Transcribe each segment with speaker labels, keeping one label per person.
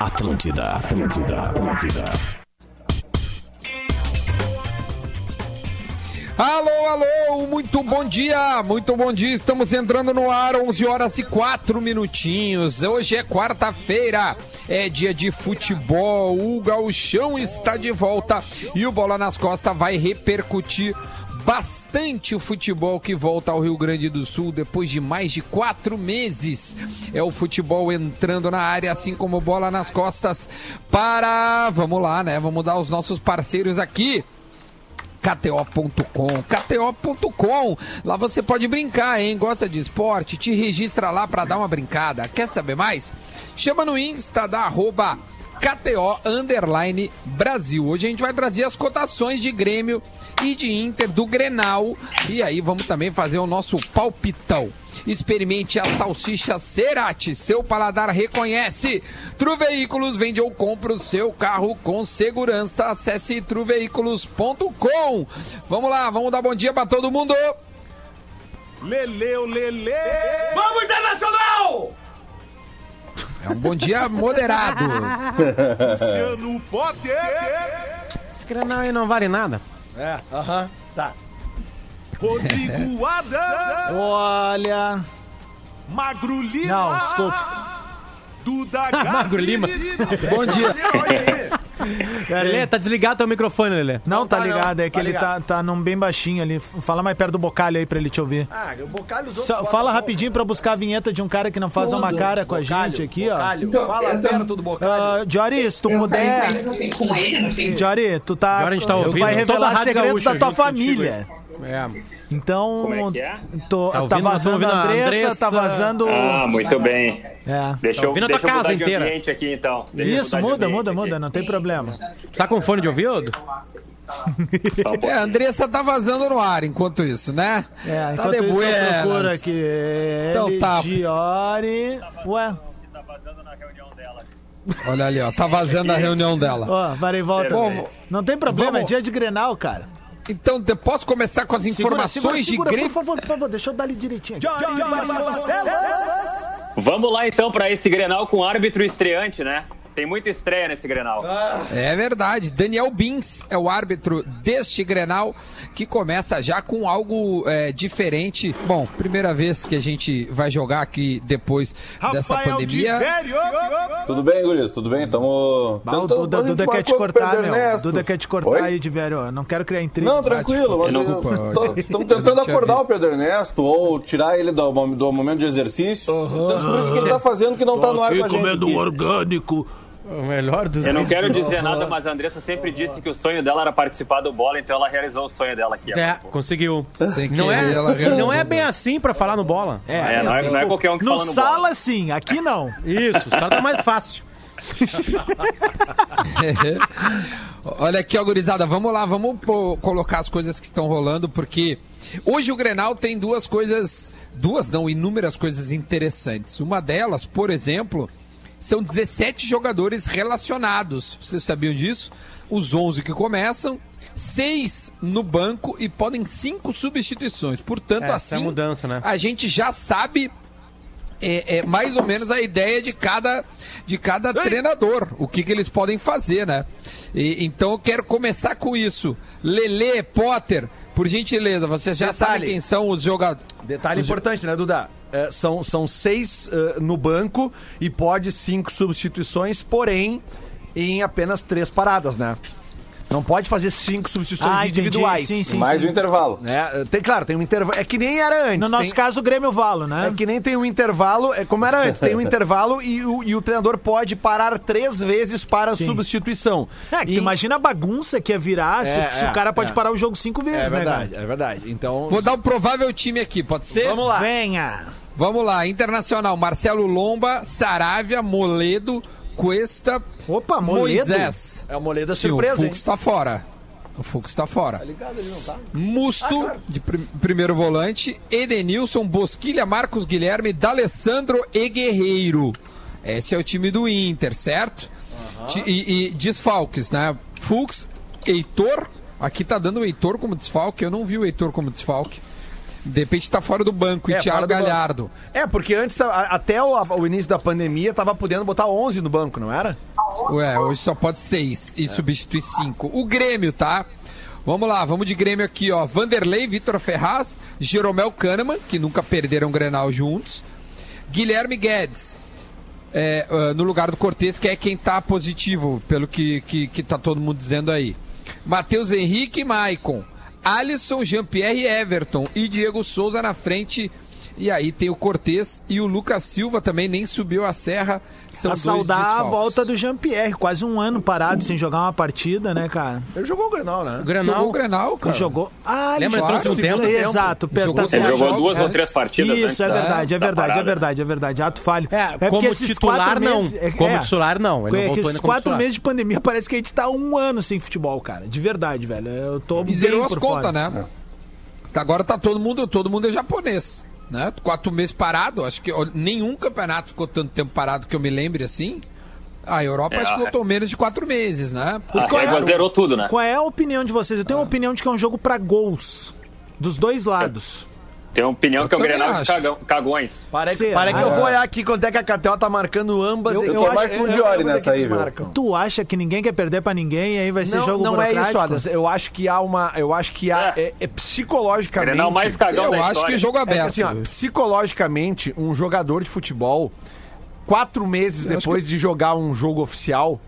Speaker 1: Atlântida, Atlântida, Atlântida.
Speaker 2: Alô, alô, muito bom dia, muito bom dia. Estamos entrando no ar, 11 horas e 4 minutinhos. Hoje é quarta-feira, é dia de futebol. O Gauchão está de volta e o Bola nas Costas vai repercutir bastante o futebol que volta ao Rio Grande do Sul depois de mais de quatro meses. É o futebol entrando na área, assim como bola nas costas para. Vamos lá, né? Vamos dar os nossos parceiros aqui. KTO.com, KTO.com. Lá você pode brincar, hein? Gosta de esporte? Te registra lá para dar uma brincada. Quer saber mais? Chama no Insta da arroba KTO Underline Brasil. Hoje a gente vai trazer as cotações de Grêmio e de Inter do Grenal. E aí vamos também fazer o nosso palpitão. Experimente a salsicha Cerati, seu paladar reconhece. Truveículos vende ou compra o seu carro com segurança. Acesse truveículos.com. Vamos lá, vamos dar bom dia para todo mundo. É
Speaker 3: Leleu, Lele! Vamos, Internacional!
Speaker 2: É um bom dia moderado.
Speaker 3: Luciano Potter!
Speaker 4: Esse granal aí não vale nada.
Speaker 3: É, aham, tá. Rodrigo Adams!
Speaker 4: Olha.
Speaker 3: Magro Lima!
Speaker 4: Não, desculpa.
Speaker 3: Duda
Speaker 4: Magro Lima.
Speaker 2: Bom dia.
Speaker 4: Lelê, tá desligado teu microfone, Lelê.
Speaker 5: Não, tá,
Speaker 6: tá, não.
Speaker 5: ligado, é que
Speaker 6: Tá
Speaker 5: ele
Speaker 6: ligado.
Speaker 5: Tá, tá num bem baixinho ali. F- Fala mais perto do bocalho aí pra ele te ouvir.
Speaker 6: Ah, o Bocalho os outros
Speaker 5: Só-
Speaker 6: botam
Speaker 5: fala
Speaker 6: a boca.
Speaker 5: rapidinho pra buscar a vinheta de um cara que não faz uma cara com a
Speaker 6: Bocalho,
Speaker 5: gente aqui, ó.
Speaker 6: Bocalho.
Speaker 7: Então,
Speaker 6: fala
Speaker 7: eu tô-
Speaker 6: perto do Bocalho.
Speaker 5: Ah, Jory, se tu
Speaker 7: Eu
Speaker 5: puder.
Speaker 7: saí com ele, com ele no fim.
Speaker 5: Jory, tu tá.
Speaker 4: Jory, a gente tá
Speaker 5: tu
Speaker 4: ouvindo
Speaker 5: vai
Speaker 4: toda a
Speaker 5: revelar
Speaker 4: Rádio
Speaker 5: segredos
Speaker 4: Gaúcha
Speaker 5: da tua
Speaker 4: junto contigo
Speaker 5: família.
Speaker 4: É.
Speaker 5: Então.
Speaker 8: Como é que é?
Speaker 5: tô-
Speaker 4: Tá
Speaker 5: tá,
Speaker 4: ouvindo, nós
Speaker 5: vazando
Speaker 4: estamos
Speaker 5: a
Speaker 4: ouvindo a
Speaker 5: Andressa,
Speaker 4: Andressa.
Speaker 5: tá vazando.
Speaker 8: Ah, muito bem.
Speaker 5: É.
Speaker 8: Deixa
Speaker 4: Tá
Speaker 8: eu,
Speaker 4: ouvindo a
Speaker 8: deixa
Speaker 4: tua
Speaker 8: eu
Speaker 4: casa
Speaker 8: mudar de
Speaker 4: inteira.
Speaker 8: ambiente aqui, então. Deixa eu
Speaker 5: Isso,
Speaker 8: mudar de
Speaker 5: muda,
Speaker 8: ambiente
Speaker 5: muda,
Speaker 8: aqui.
Speaker 5: muda, não tem problema.
Speaker 4: Tá com fone de ouvido?
Speaker 8: Só um
Speaker 2: É, a
Speaker 8: pouquinho.
Speaker 2: Andressa tá vazando no ar enquanto isso, né?
Speaker 5: É,
Speaker 2: tá
Speaker 5: enquanto
Speaker 2: de
Speaker 5: isso eu
Speaker 2: buenas.
Speaker 5: procuro aqui.
Speaker 2: Então tá.
Speaker 5: Diori. Ué,
Speaker 2: Olha ali, ó, tá vazando a reunião dela.
Speaker 5: ó, varei volta.
Speaker 2: Bom,
Speaker 5: Não tem problema,
Speaker 2: vamos-
Speaker 5: é dia de grenal, cara.
Speaker 2: Então, te- posso começar com as informações de Grêmio?
Speaker 5: Por favor, por favor, deixa eu dar ali direitinho. aqui.
Speaker 8: Vamos lá, então, para esse Grenal com árbitro estreante, né? Tem muita estreia nesse Grenal.
Speaker 5: Ah,
Speaker 2: É verdade. Daniel Bins é o árbitro deste Grenal que começa já com algo é, diferente. Bom, primeira vez que a gente vai jogar aqui depois dessa pandemia.
Speaker 9: Tudo bem, Guris? Tudo bem? Tamo.
Speaker 5: Ah, o
Speaker 9: tamo-
Speaker 5: Duda,
Speaker 9: Então tá, a gente
Speaker 5: Duda quer te
Speaker 9: marcou com o
Speaker 5: cortar,
Speaker 9: Pedro
Speaker 5: meu.
Speaker 9: Ernesto.
Speaker 5: Duda quer te cortar
Speaker 9: Oi?
Speaker 5: aí, de velho. ó, Não quero criar intriga.
Speaker 9: Não, tranquilo.
Speaker 2: Ah, desculpa,
Speaker 9: vocês-
Speaker 2: eu-
Speaker 9: tô-
Speaker 2: eu-
Speaker 9: Estamos
Speaker 2: eu não
Speaker 9: tentando
Speaker 2: tinha
Speaker 9: acordar
Speaker 2: visto.
Speaker 9: o Pedro Ernesto ou tirar ele do, mom- do momento de exercício. Então, por isso que ele tá fazendo que não tá no ar com a gente.
Speaker 6: um
Speaker 9: aqui.
Speaker 3: orgânico.
Speaker 4: O melhor dos
Speaker 8: Eu não quero dizer nada, mas a Andressa sempre disse que o sonho dela era participar do bola, então ela realizou o sonho dela aqui.
Speaker 4: É, conseguiu.
Speaker 2: Sem
Speaker 4: Não
Speaker 2: querer,
Speaker 4: é,
Speaker 2: ela realizou.
Speaker 4: não é bem assim pra falar no bola.
Speaker 8: É, não, é, não é qualquer um que
Speaker 5: No
Speaker 8: fala no
Speaker 5: sala,
Speaker 8: bola.
Speaker 5: sim.
Speaker 2: É.
Speaker 5: Aqui, não.
Speaker 4: Isso, o tá mais fácil.
Speaker 2: Olha aqui, ó, gurizada, vamos lá, vamos pô- colocar as coisas que estão rolando, porque hoje o Grenal tem duas coisas, duas não, inúmeras coisas interessantes. Uma delas, por exemplo, são 17 jogadores relacionados. Vocês sabiam disso? Os 11 que começam, seis no banco e podem cinco substituições. Portanto,
Speaker 4: É, essa
Speaker 2: assim,
Speaker 4: é a mudança, né?
Speaker 2: a gente já sabe é, é mais ou menos a ideia de cada, de cada treinador, o que, que eles podem fazer, né? E, então eu quero começar com isso. Lele, Potter, por gentileza, vocês já
Speaker 6: Detalhe.
Speaker 2: sabem quem são os jogadores.
Speaker 6: Detalhe importante, né, Duda? É, são, são seis eh, no banco e pode cinco substituições, porém, em apenas três paradas, né? Não pode fazer cinco substituições
Speaker 5: Ah, entendi.
Speaker 6: individuais.
Speaker 5: Sim, sim,
Speaker 9: Mais
Speaker 5: sim.
Speaker 9: um intervalo.
Speaker 6: Né? Tem, claro, tem um intervalo. É que nem era antes.
Speaker 5: No
Speaker 6: tem-
Speaker 5: nosso caso, o Grêmio Valo, né?
Speaker 6: É que nem tem um intervalo, é como era antes, tem um intervalo e o, e o treinador pode parar três vezes para
Speaker 5: Sim.
Speaker 6: substituição.
Speaker 5: É, que
Speaker 6: E-
Speaker 5: tu imagina a bagunça que ia virar se,
Speaker 6: É,
Speaker 5: se
Speaker 6: é,
Speaker 5: o cara pode
Speaker 6: é.
Speaker 5: parar o jogo cinco vezes,
Speaker 6: É
Speaker 5: né,
Speaker 6: verdade, é verdade. Então,
Speaker 2: Vou dar o provável time aqui, pode ser?
Speaker 6: vamos
Speaker 5: cara?
Speaker 6: lá.
Speaker 5: Venha.
Speaker 2: Vamos lá, Internacional, Marcelo Lomba, Saravia, Moledo, Cuesta,
Speaker 5: Opa, Moledo.
Speaker 2: Moisés.
Speaker 6: É o Moleda
Speaker 2: Sim, o
Speaker 6: surpresa, hein?
Speaker 2: Fux tá fora. O Fux tá fora.
Speaker 6: Ah,
Speaker 2: Musto, de prim- primeiro volante, Edenilson, Bosquilha, Marcos Guilherme, D'Alessandro e Guerreiro. Esse é o time do Inter, certo? Ti- E, e desfalques, né? Fux, Heitor, aqui tá dando o Heitor como desfalque, eu não vi o Heitor como desfalque. De repente tá fora do banco,
Speaker 6: É,
Speaker 2: e Thiago
Speaker 6: fora do banco.
Speaker 2: Galhardo.
Speaker 6: É, porque antes, a- até o, o início da pandemia, tava podendo botar 11 no banco, não era?
Speaker 2: Ué, hoje só pode seis e substitui cinco. O Grêmio, tá? Vamos lá, vamos de Grêmio aqui, ó. Vanderlei, Vitor Ferraz, Jeromel Kahneman, que nunca perderam Grenal juntos. Guilherme Guedes, é, ah, no lugar do Cortez, que é quem tá positivo, pelo que, que, que tá todo mundo dizendo aí. Matheus Henrique e Maicon. Alisson, Jean-Pierre e Everton. E Diego Souza na frente. E aí tem o Cortez e o Lucas Silva também, nem subiu a serra. São
Speaker 5: Pra
Speaker 2: dois
Speaker 5: saudar a
Speaker 2: desfalques.
Speaker 5: volta do Jean-Pierre, quase um ano parado sem jogar uma partida, né, cara?
Speaker 6: Ele jogou o Grenal, né?
Speaker 2: Jogou
Speaker 4: Grenal.
Speaker 2: o Grenal, cara.
Speaker 5: Jogou. Ah, ele
Speaker 4: Lembra?
Speaker 5: jogou
Speaker 4: Entrou
Speaker 5: no
Speaker 4: segundo
Speaker 5: segundo
Speaker 4: tempo.
Speaker 5: Exato, per- tá
Speaker 2: Jogou-
Speaker 8: Ele
Speaker 5: certo.
Speaker 8: jogou duas
Speaker 2: jogos,
Speaker 8: ou três
Speaker 2: né?
Speaker 8: partidas antes
Speaker 5: Isso, é
Speaker 8: da-
Speaker 5: verdade, é
Speaker 8: da
Speaker 5: verdade, é
Speaker 8: parada.
Speaker 5: verdade, é verdade. Ato falho.
Speaker 4: É,
Speaker 5: porque
Speaker 4: como
Speaker 5: esses
Speaker 4: titular,
Speaker 5: quatro
Speaker 4: não.
Speaker 5: meses- é-
Speaker 4: Como
Speaker 5: é.
Speaker 4: titular, não. Ele não
Speaker 5: É que
Speaker 4: voltou
Speaker 5: esses
Speaker 4: ainda como
Speaker 5: quatro
Speaker 4: titular.
Speaker 5: meses de pandemia parece que a gente tá um ano sem futebol, cara. De verdade, velho. Eu tô
Speaker 2: E
Speaker 5: bem
Speaker 2: zerou as
Speaker 5: por
Speaker 2: contas,
Speaker 5: fora. É.
Speaker 2: né? Tá, Agora tá todo mundo, todo mundo é japonês. Né? Quatro meses parado, acho que ó, nenhum campeonato ficou tanto tempo parado que eu me lembre assim. A Europa
Speaker 8: É,
Speaker 2: acho que
Speaker 8: a-
Speaker 2: botou menos de quatro meses, né?
Speaker 8: A
Speaker 5: qual é?
Speaker 8: régua zerou tudo, né?
Speaker 5: Qual é a opinião de vocês? Eu tenho uma opinião de que é um jogo pra gols. Dos dois lados.
Speaker 8: Tem uma opinião
Speaker 2: Eu
Speaker 8: que é o
Speaker 2: também
Speaker 8: Grenal de
Speaker 2: acho.
Speaker 8: cagão- cagões.
Speaker 6: Para,
Speaker 5: Será?
Speaker 6: para que eu vou olhar aqui quanto é que a KTO tá marcando ambas.
Speaker 5: Eu-
Speaker 6: equipes.
Speaker 5: eu acho-
Speaker 6: Ambas
Speaker 9: eu- eu-
Speaker 6: equipes
Speaker 9: nessa aí, viu?
Speaker 6: marcam.
Speaker 5: Tu acha que ninguém quer perder pra ninguém e aí vai ser
Speaker 6: Não,
Speaker 5: jogo
Speaker 6: não é
Speaker 5: burocrático?
Speaker 6: isso, Adas. Eu acho que há uma. Eu acho que há.
Speaker 8: É.
Speaker 6: É, é psicologicamente.
Speaker 8: Grenal mais cagão
Speaker 2: Eu
Speaker 8: da
Speaker 2: acho
Speaker 8: história.
Speaker 2: que jogo
Speaker 6: É que
Speaker 2: aberto.
Speaker 6: assim, ó, psicologicamente, um jogador de futebol, quatro meses
Speaker 2: acho
Speaker 6: depois de jogar um jogo oficial,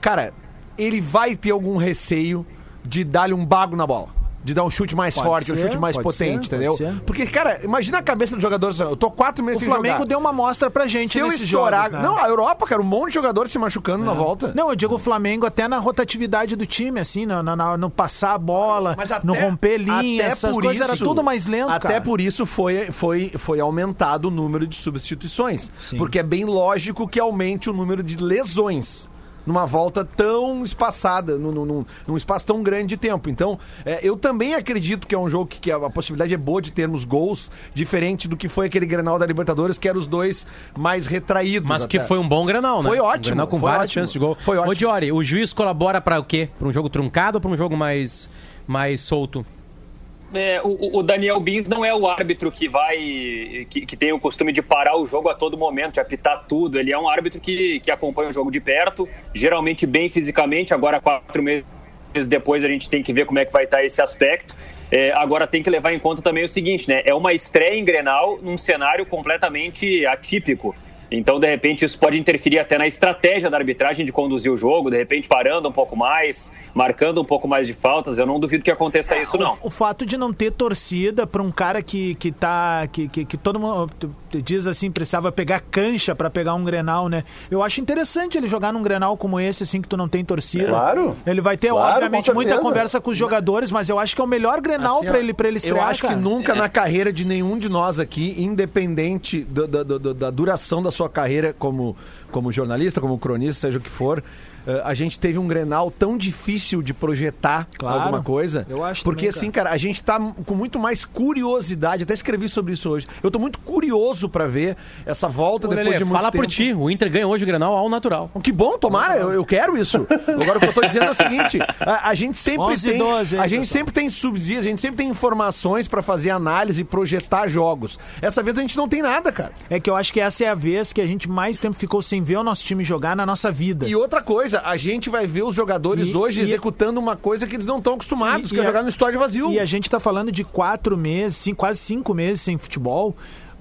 Speaker 6: cara, ele vai ter algum receio de dar-lhe um bago na bola. De dar um chute mais
Speaker 5: Pode
Speaker 6: forte, um
Speaker 5: ser,
Speaker 6: chute mais
Speaker 5: pode
Speaker 6: potente,
Speaker 5: ser,
Speaker 6: entendeu?
Speaker 5: pode ser.
Speaker 6: Porque, cara, imagina a cabeça do jogador. assim, ó, Eu tô quatro meses
Speaker 5: O
Speaker 6: sem
Speaker 5: Flamengo
Speaker 6: jogar.
Speaker 5: deu uma amostra pra gente
Speaker 6: Se eu
Speaker 5: nesses
Speaker 6: estourar.
Speaker 5: jogos, né? É.
Speaker 6: Não, a Europa, cara, um monte de jogador se machucando na volta.
Speaker 5: Não, eu digo o Flamengo até na rotatividade do time, assim, na- na- na- no, passar a bola,
Speaker 6: Mas até-
Speaker 5: no romper linha,
Speaker 6: até
Speaker 5: essas
Speaker 6: por
Speaker 5: coisas, era
Speaker 6: isso-
Speaker 5: tudo mais lento,
Speaker 6: Até
Speaker 5: cara.
Speaker 6: por isso foi, foi, foi aumentado o número de substituições. Porque é bem lógico que aumente o número de lesões. Numa volta tão espaçada, num, num- num- num espaço tão grande de tempo. Então, é, eu também acredito que é um jogo que, que a, a possibilidade é boa de termos gols, diferente do que foi aquele Grenal da Libertadores, que eram os dois mais retraídos.
Speaker 4: Mas que
Speaker 6: até.
Speaker 4: foi um bom Grenal, né?
Speaker 6: Foi ótimo,
Speaker 4: Um Grenal com
Speaker 6: foi
Speaker 4: várias
Speaker 6: ótimo.
Speaker 4: chances de gol.
Speaker 6: Foi ótimo.
Speaker 4: Ô, Diori, o juiz colabora pra o quê? Pra um jogo truncado ou pra um jogo mais, mais solto?
Speaker 8: É, o, o Daniel Bins não é o árbitro que vai. Que, que tem o costume de parar o jogo a todo momento, de apitar tudo. Ele é um árbitro que, que acompanha o jogo de perto, geralmente bem fisicamente. Agora, quatro meses depois, a gente tem que ver como é que vai estar esse aspecto. É, agora tem que levar em conta também o seguinte, né? É uma estreia em Grenal num cenário completamente atípico. Então, de repente, isso pode interferir até na estratégia da arbitragem de conduzir o jogo, de repente parando um pouco mais, marcando um pouco mais de faltas. Eu não duvido que aconteça isso, não.
Speaker 5: O, o fato de não ter torcida pra um cara que, que tá. Que, que, que todo mundo tu- tu diz assim, precisava pegar cancha pra pegar um grenal, né? Eu acho interessante ele jogar num grenal como esse, assim, que tu não tem torcida.
Speaker 9: Claro.
Speaker 5: Ele vai ter,
Speaker 9: Claro,
Speaker 5: obviamente,
Speaker 9: com
Speaker 5: muita
Speaker 9: certeza.
Speaker 5: conversa com os jogadores, mas eu acho que é o melhor grenal
Speaker 6: Assim, ó,
Speaker 5: pra ele, pra ele estrear.
Speaker 6: Eu acho
Speaker 5: cara.
Speaker 6: que nunca na carreira de nenhum de nós aqui, independente do- do- do- do- da duração da sua carreira como, como jornalista, como cronista, seja o que for, eh, a gente teve um Grenal tão difícil de projetar
Speaker 5: Claro.
Speaker 6: alguma coisa.
Speaker 5: Eu acho
Speaker 6: Porque
Speaker 5: também,
Speaker 6: assim, cara, a gente tá com muito mais curiosidade, até escrevi sobre isso hoje. Eu tô muito curioso pra ver essa volta
Speaker 4: Ô,
Speaker 6: depois
Speaker 4: Lelê,
Speaker 6: de muito
Speaker 4: fala
Speaker 6: tempo.
Speaker 4: por ti. O Inter ganha hoje o Grenal ao natural.
Speaker 6: Que bom, tomara, eu, eu quero isso. Agora o que eu tô dizendo é o seguinte, a, a gente sempre
Speaker 5: 11 e
Speaker 6: tem,
Speaker 5: 12, hein,
Speaker 6: a gente
Speaker 5: pessoal?
Speaker 6: sempre tem subsídios, a gente sempre tem informações pra fazer análise e projetar jogos. Essa vez a gente não tem nada, cara.
Speaker 5: É que eu acho que essa é a vez que a gente mais tempo ficou sem ver o nosso time jogar na nossa vida.
Speaker 6: E outra coisa, a gente vai ver os jogadores
Speaker 5: E-
Speaker 6: hoje
Speaker 5: e-
Speaker 6: executando uma coisa que eles não estão acostumados,
Speaker 5: E-
Speaker 6: que é
Speaker 5: e a-
Speaker 6: jogar no estádio vazio.
Speaker 5: E a gente tá falando de quatro meses, cinco- quase cinco meses sem futebol.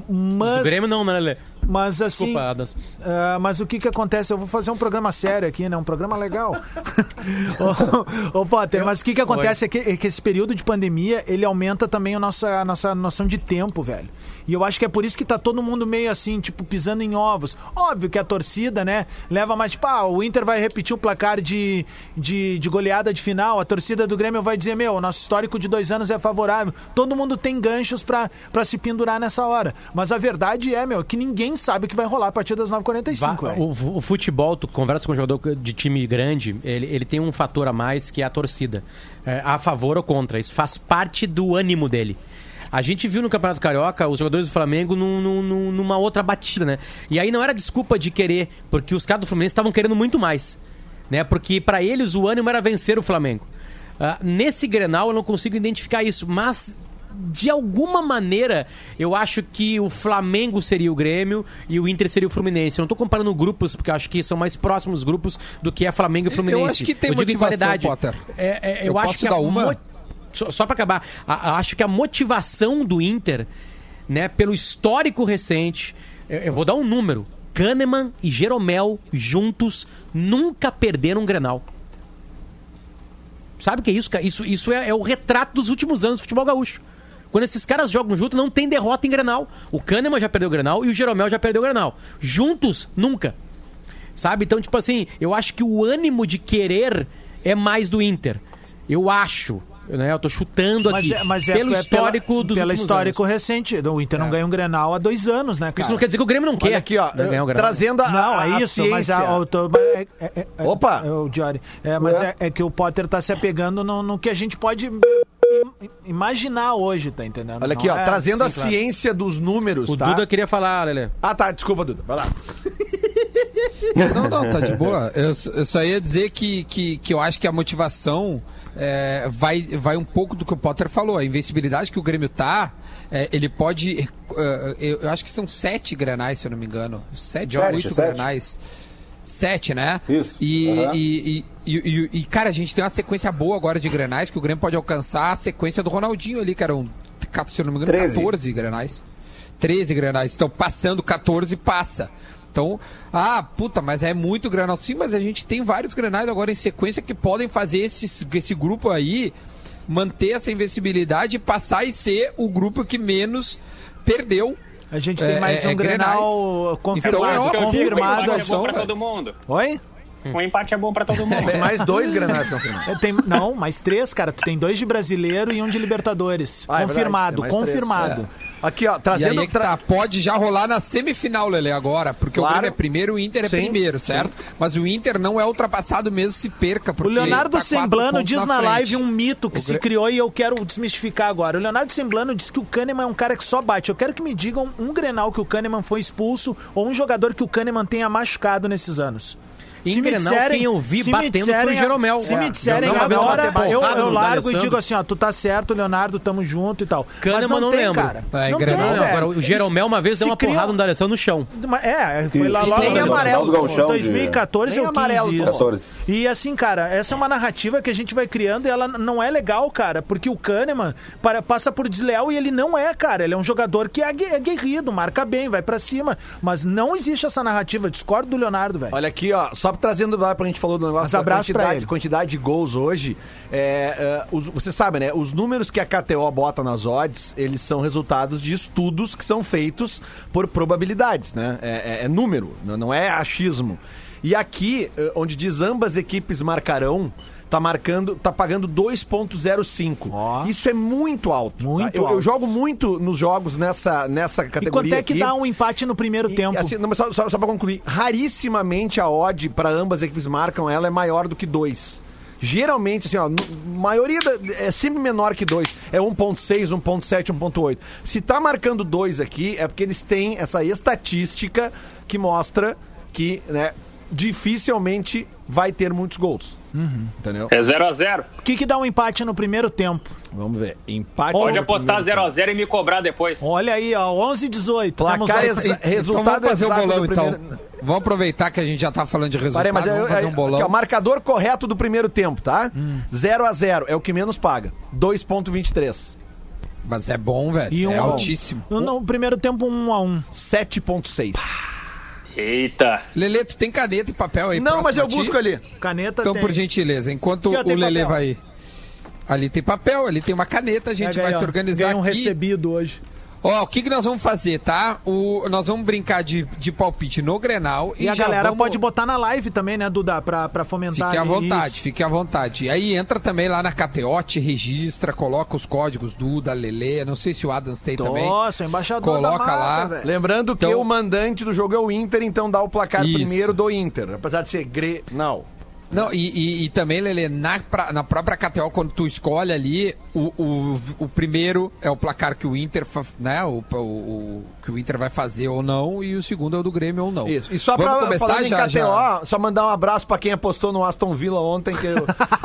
Speaker 4: O
Speaker 5: Mas,
Speaker 4: Grêmio não, né, Lelê?
Speaker 5: mas assim,
Speaker 4: Desculpa, Adams.
Speaker 5: ah, mas o que que acontece? Eu vou fazer um programa sério aqui, né? Um programa legal. ô, ô, Potter, mas o que que acontece é que, é que esse período de pandemia, ele aumenta também a nossa, a nossa noção de tempo, velho. E eu acho que é por isso que tá todo mundo meio assim, tipo, pisando em ovos. Óbvio que a torcida, né, leva mais, tipo, ah, o Inter vai repetir o placar de, de, de goleada de final, a torcida do Grêmio vai dizer, meu, o nosso histórico de dois anos é favorável. Todo mundo tem ganchos pra pra se pendurar nessa hora. Mas a verdade é, meu, que ninguém sabe o que vai rolar a partir das 9h45,
Speaker 4: Va-
Speaker 5: velho.
Speaker 4: o, fu- o futebol, tu conversa com um jogador de time grande, ele, ele tem um fator a mais que é a torcida. É, a favor ou contra. Isso faz parte do ânimo dele. A gente viu no Campeonato Carioca os jogadores do Flamengo num- num- num- numa outra batida, né? E aí não era desculpa de querer, porque os caras do Fluminense estavam querendo muito mais. Né? Porque pra eles o ânimo era vencer o Flamengo. Ah, nesse Grenal eu não consigo identificar isso, mas de alguma maneira, eu acho que o Flamengo seria o Grêmio e o Inter seria o Fluminense. Eu não tô comparando grupos, porque eu acho que são mais próximos grupos do que é Flamengo e Fluminense.
Speaker 2: acho que tem
Speaker 4: digo em
Speaker 2: motivação,
Speaker 4: qualidade.
Speaker 2: Potter.
Speaker 4: É, é, eu,
Speaker 2: Eu
Speaker 4: acho
Speaker 2: posso
Speaker 4: que a
Speaker 2: dar uma?
Speaker 4: mo- Só, só para acabar, a- a- acho que a motivação do Inter, né, pelo histórico recente, eu, eu vou dar um número. Kahneman e Jeromel juntos nunca perderam um Grenal. Sabe o que é isso, cara? Isso, isso é, é o retrato dos últimos anos do futebol gaúcho. Quando esses caras jogam junto, não tem derrota em Grenal. O Kahneman já perdeu o Grenal e o Jeromel já perdeu o Grenal. Juntos, nunca. Sabe? Então, tipo assim, eu acho que o ânimo de querer é mais do Inter. Eu acho. Né? Eu tô chutando
Speaker 5: Mas
Speaker 4: aqui.
Speaker 5: é, mas é
Speaker 4: pelo
Speaker 5: é
Speaker 4: histórico
Speaker 5: pela,
Speaker 4: dos
Speaker 5: pelo
Speaker 4: últimos
Speaker 5: histórico
Speaker 4: anos. É.
Speaker 5: recente. O Inter não ganha um Grenal há dois anos, né, cara?
Speaker 4: Isso não quer dizer que o Grêmio não quer.
Speaker 6: Olha aqui, ó.
Speaker 4: ganhar o Grenal.
Speaker 6: Trazendo a.
Speaker 5: Não,
Speaker 6: a-
Speaker 5: é
Speaker 6: a
Speaker 5: isso, mas a,
Speaker 6: ciência.
Speaker 5: eu tô- é, é- é- é-
Speaker 6: Opa!
Speaker 5: É, o Diori. É, mas
Speaker 9: Ué?
Speaker 5: é, é que o Potter tá se apegando no, no que a gente pode im- imaginar hoje, tá entendendo?
Speaker 6: Olha aqui,
Speaker 5: Não
Speaker 6: ó.
Speaker 5: é-
Speaker 6: trazendo a
Speaker 5: sim, claro.
Speaker 6: ciência dos números,
Speaker 4: O
Speaker 6: tá?
Speaker 4: Duda queria falar, Lelê.
Speaker 6: Ah, tá. Desculpa, Duda. Vai lá.
Speaker 2: Não, não, tá de boa. Eu, s- eu só ia dizer que, que, que eu acho que a motivação é, vai, vai um pouco do que o Potter falou. A invencibilidade que o Grêmio tá, é, ele pode. eh, eu, eu acho que são sete granais, se eu não me engano. Sete ou
Speaker 9: Sete,
Speaker 2: oito
Speaker 9: sete.
Speaker 2: granais. Sete, né?
Speaker 9: Isso.
Speaker 2: E,
Speaker 9: Aham.
Speaker 2: e, e, e- e- e, cara, a gente tem uma sequência boa agora de granais que o Grêmio pode alcançar a sequência do Ronaldinho ali, cara. Um, ca- se eu não me engano,
Speaker 9: 13.
Speaker 2: 14 granais. 13 granais. Então, passando 14, passa. Então, ah, puta, mas é muito granal. Sim, mas a gente tem vários granais agora em sequência que podem fazer esse, esse grupo aí manter essa invencibilidade e passar e ser o grupo que menos perdeu.
Speaker 5: A gente tem
Speaker 2: É,
Speaker 5: mais
Speaker 2: é,
Speaker 5: um
Speaker 2: é
Speaker 5: Grenal
Speaker 2: Então é
Speaker 5: confirmado.
Speaker 2: óbvio que eu digo,
Speaker 5: confirmado.
Speaker 2: tem
Speaker 8: Um empate é bom pra
Speaker 2: velho.
Speaker 8: todo mundo.
Speaker 5: Oi?
Speaker 8: Um empate é bom pra todo mundo.
Speaker 6: Tem mais dois granais confirmados.
Speaker 5: Eu tenho- não, mais três, cara. Tu tem dois de brasileiro e um de Libertadores.
Speaker 6: Ah, é
Speaker 5: confirmado,
Speaker 6: verdade, tem mais
Speaker 5: confirmado.
Speaker 6: Aqui, ó.
Speaker 2: E aí
Speaker 6: Trazendo.
Speaker 2: é que tá, pode já rolar na semifinal, Lele, agora, porque
Speaker 6: Claro.
Speaker 2: o Grêmio é primeiro o Inter é
Speaker 6: Sim,
Speaker 2: primeiro, certo? Mas o Inter não é ultrapassado mesmo se perca,
Speaker 5: O
Speaker 2: porque
Speaker 5: Leonardo
Speaker 2: tá quatro
Speaker 5: Semblano
Speaker 2: pontos
Speaker 5: diz na,
Speaker 2: frente.
Speaker 5: live um mito que
Speaker 2: O
Speaker 5: se
Speaker 2: Gre-
Speaker 5: criou e eu quero desmistificar agora. O Leonardo Semblano diz que o Kahneman é um cara que só bate. Eu quero que me digam um Grenal que o Kahneman foi expulso ou um jogador que o Kahneman tenha machucado nesses anos.
Speaker 4: Em
Speaker 5: me
Speaker 4: Grenal, quem eu vi
Speaker 5: se me
Speaker 4: batendo
Speaker 5: disserem
Speaker 4: foi o
Speaker 5: a-
Speaker 4: Jeromel.
Speaker 5: Se
Speaker 4: É,
Speaker 5: me disserem
Speaker 4: Jeromel bateu
Speaker 5: agora,
Speaker 4: porrada
Speaker 5: eu,
Speaker 4: no
Speaker 5: eu largo e
Speaker 4: D'Alessandro.
Speaker 5: digo assim, ó, tu tá certo, Leonardo, tamo junto e tal. Mas
Speaker 4: Kahneman
Speaker 5: não,
Speaker 4: não
Speaker 5: tem,
Speaker 4: lembro.
Speaker 5: cara.
Speaker 2: É,
Speaker 5: não
Speaker 2: Grenal,
Speaker 5: tem,
Speaker 2: não.
Speaker 5: velho.
Speaker 4: Agora, o Jeromel uma vez
Speaker 5: Se
Speaker 4: deu uma
Speaker 5: criou-
Speaker 4: porrada no D'Alessandro no chão.
Speaker 5: É, foi lá
Speaker 9: Isso.
Speaker 5: logo
Speaker 9: Nem
Speaker 5: no
Speaker 9: amarelo
Speaker 5: final do
Speaker 9: tomou.
Speaker 5: 2014
Speaker 6: Nem
Speaker 5: eu
Speaker 6: amarelo
Speaker 5: quis
Speaker 6: tomou.
Speaker 5: isso.
Speaker 9: 14.
Speaker 5: E assim, cara, essa é uma narrativa que a gente vai criando e ela não é legal, cara, porque o Kahneman para- passa por desleal e ele não é, cara. Ele é um jogador que é ague- aguerrido, marca bem, vai pra cima. Mas não existe essa narrativa. Discordo do Leonardo, velho.
Speaker 6: Olha aqui, ó, só trazendo lá pra gente falou do negócio
Speaker 5: Mas abraço pra
Speaker 6: quantidade,
Speaker 5: ele.
Speaker 6: quantidade de gols hoje. É, é, os- você sabe, né? Os números que a KTO bota nas odds, eles são resultados de estudos que são feitos por probabilidades, né? É, é- é número, não não é achismo. E aqui, é, onde diz ambas equipes marcarão, tá marcando, tá pagando 2.05.
Speaker 5: Ó.
Speaker 6: Isso é muito alto. tá?
Speaker 5: Muito
Speaker 6: eu, eu
Speaker 5: alto.
Speaker 6: jogo muito nos jogos nessa, nessa
Speaker 5: E
Speaker 6: categoria.
Speaker 5: quanto é que
Speaker 6: aqui.
Speaker 5: dá um empate no primeiro
Speaker 6: E,
Speaker 5: tempo?
Speaker 6: assim, não, mas só, só, só pra concluir, rarissimamente a odd pra ambas equipes marcam ela é maior do que dois. Geralmente, assim, ó, no- maioria da- é sempre menor que dois É 1.6, 1.7, 1.8. Se tá marcando dois aqui, é porque eles têm essa estatística que mostra que, né, dificilmente vai ter muitos gols. Entendeu?
Speaker 8: É 0x0.
Speaker 5: O que, que dá um empate no primeiro tempo?
Speaker 6: Vamos ver. Empate.
Speaker 8: Pode
Speaker 6: no
Speaker 8: apostar
Speaker 6: primeiro
Speaker 8: 0x0 e me cobrar depois.
Speaker 5: Olha aí, ó, 11 e 18. Tamo
Speaker 6: Placar
Speaker 5: aí.
Speaker 6: exa-
Speaker 2: Então
Speaker 6: Resultado
Speaker 2: vamos fazer o
Speaker 6: exato do
Speaker 2: bolão, então.
Speaker 6: primeiro-
Speaker 2: Vamos aproveitar que a gente já tá falando de resultado,
Speaker 6: Parei, mas é,
Speaker 2: vamos fazer
Speaker 6: é-
Speaker 2: um bolão. Hum.
Speaker 6: aqui, ó, marcador correto do primeiro tempo, tá? 0 a 0 é o que menos paga. 2.23.
Speaker 2: Mas é bom, velho.
Speaker 5: E um
Speaker 2: é
Speaker 5: a um.
Speaker 2: altíssimo.
Speaker 5: No, no primeiro tempo, 1 um a 1 um.
Speaker 6: 7.6.
Speaker 8: Eita.
Speaker 2: Lele, tu tem caneta e papel aí
Speaker 6: Não,
Speaker 2: próximo
Speaker 6: mas eu
Speaker 2: a ti?
Speaker 6: busco ali.
Speaker 5: Caneta
Speaker 2: Então,
Speaker 5: tem.
Speaker 2: por gentileza, enquanto
Speaker 5: Aqui, ó, tem
Speaker 2: o Lele
Speaker 5: papel.
Speaker 2: vai... Ali tem papel, ali tem uma caneta, a gente
Speaker 5: Pega aí,
Speaker 2: vai se
Speaker 5: ó.
Speaker 2: organizar
Speaker 5: Ganha um
Speaker 2: aqui.
Speaker 5: recebido hoje.
Speaker 2: Ó, o que, que nós vamos fazer, tá? O, nós vamos brincar de, de palpite no Grenal.
Speaker 5: E, a
Speaker 2: já
Speaker 5: galera
Speaker 2: vamos-
Speaker 5: pode botar na live também, né, Duda? Pra, pra fomentar.
Speaker 2: Fique à
Speaker 5: aí
Speaker 2: vontade,
Speaker 5: isso.
Speaker 2: fique à vontade. E aí entra também lá na Cateote, registra, coloca os códigos Duda, Lele, não sei se o Adams tem também.
Speaker 5: Nossa, o embaixador
Speaker 2: Coloca
Speaker 5: da marca,
Speaker 2: lá.
Speaker 5: velho.
Speaker 6: Lembrando que
Speaker 2: Então-
Speaker 6: o mandante do jogo é o Inter, então dá o placar
Speaker 2: Isso.
Speaker 6: primeiro do Inter. Apesar de ser Grenal.
Speaker 2: Não, e, e- e também, Lele, na, pra- na própria KTO, quando tu escolhe ali, o, o, o primeiro é o placar que o Inter, fa- né, o, o- o- que o Inter vai fazer ou não, e o segundo é o do Grêmio ou não.
Speaker 6: Isso. E só
Speaker 2: Vamos
Speaker 6: pra
Speaker 2: começar
Speaker 6: falar em
Speaker 2: já,
Speaker 6: KTO,
Speaker 2: já.
Speaker 6: só mandar um abraço pra quem apostou no Aston Villa ontem, que eu,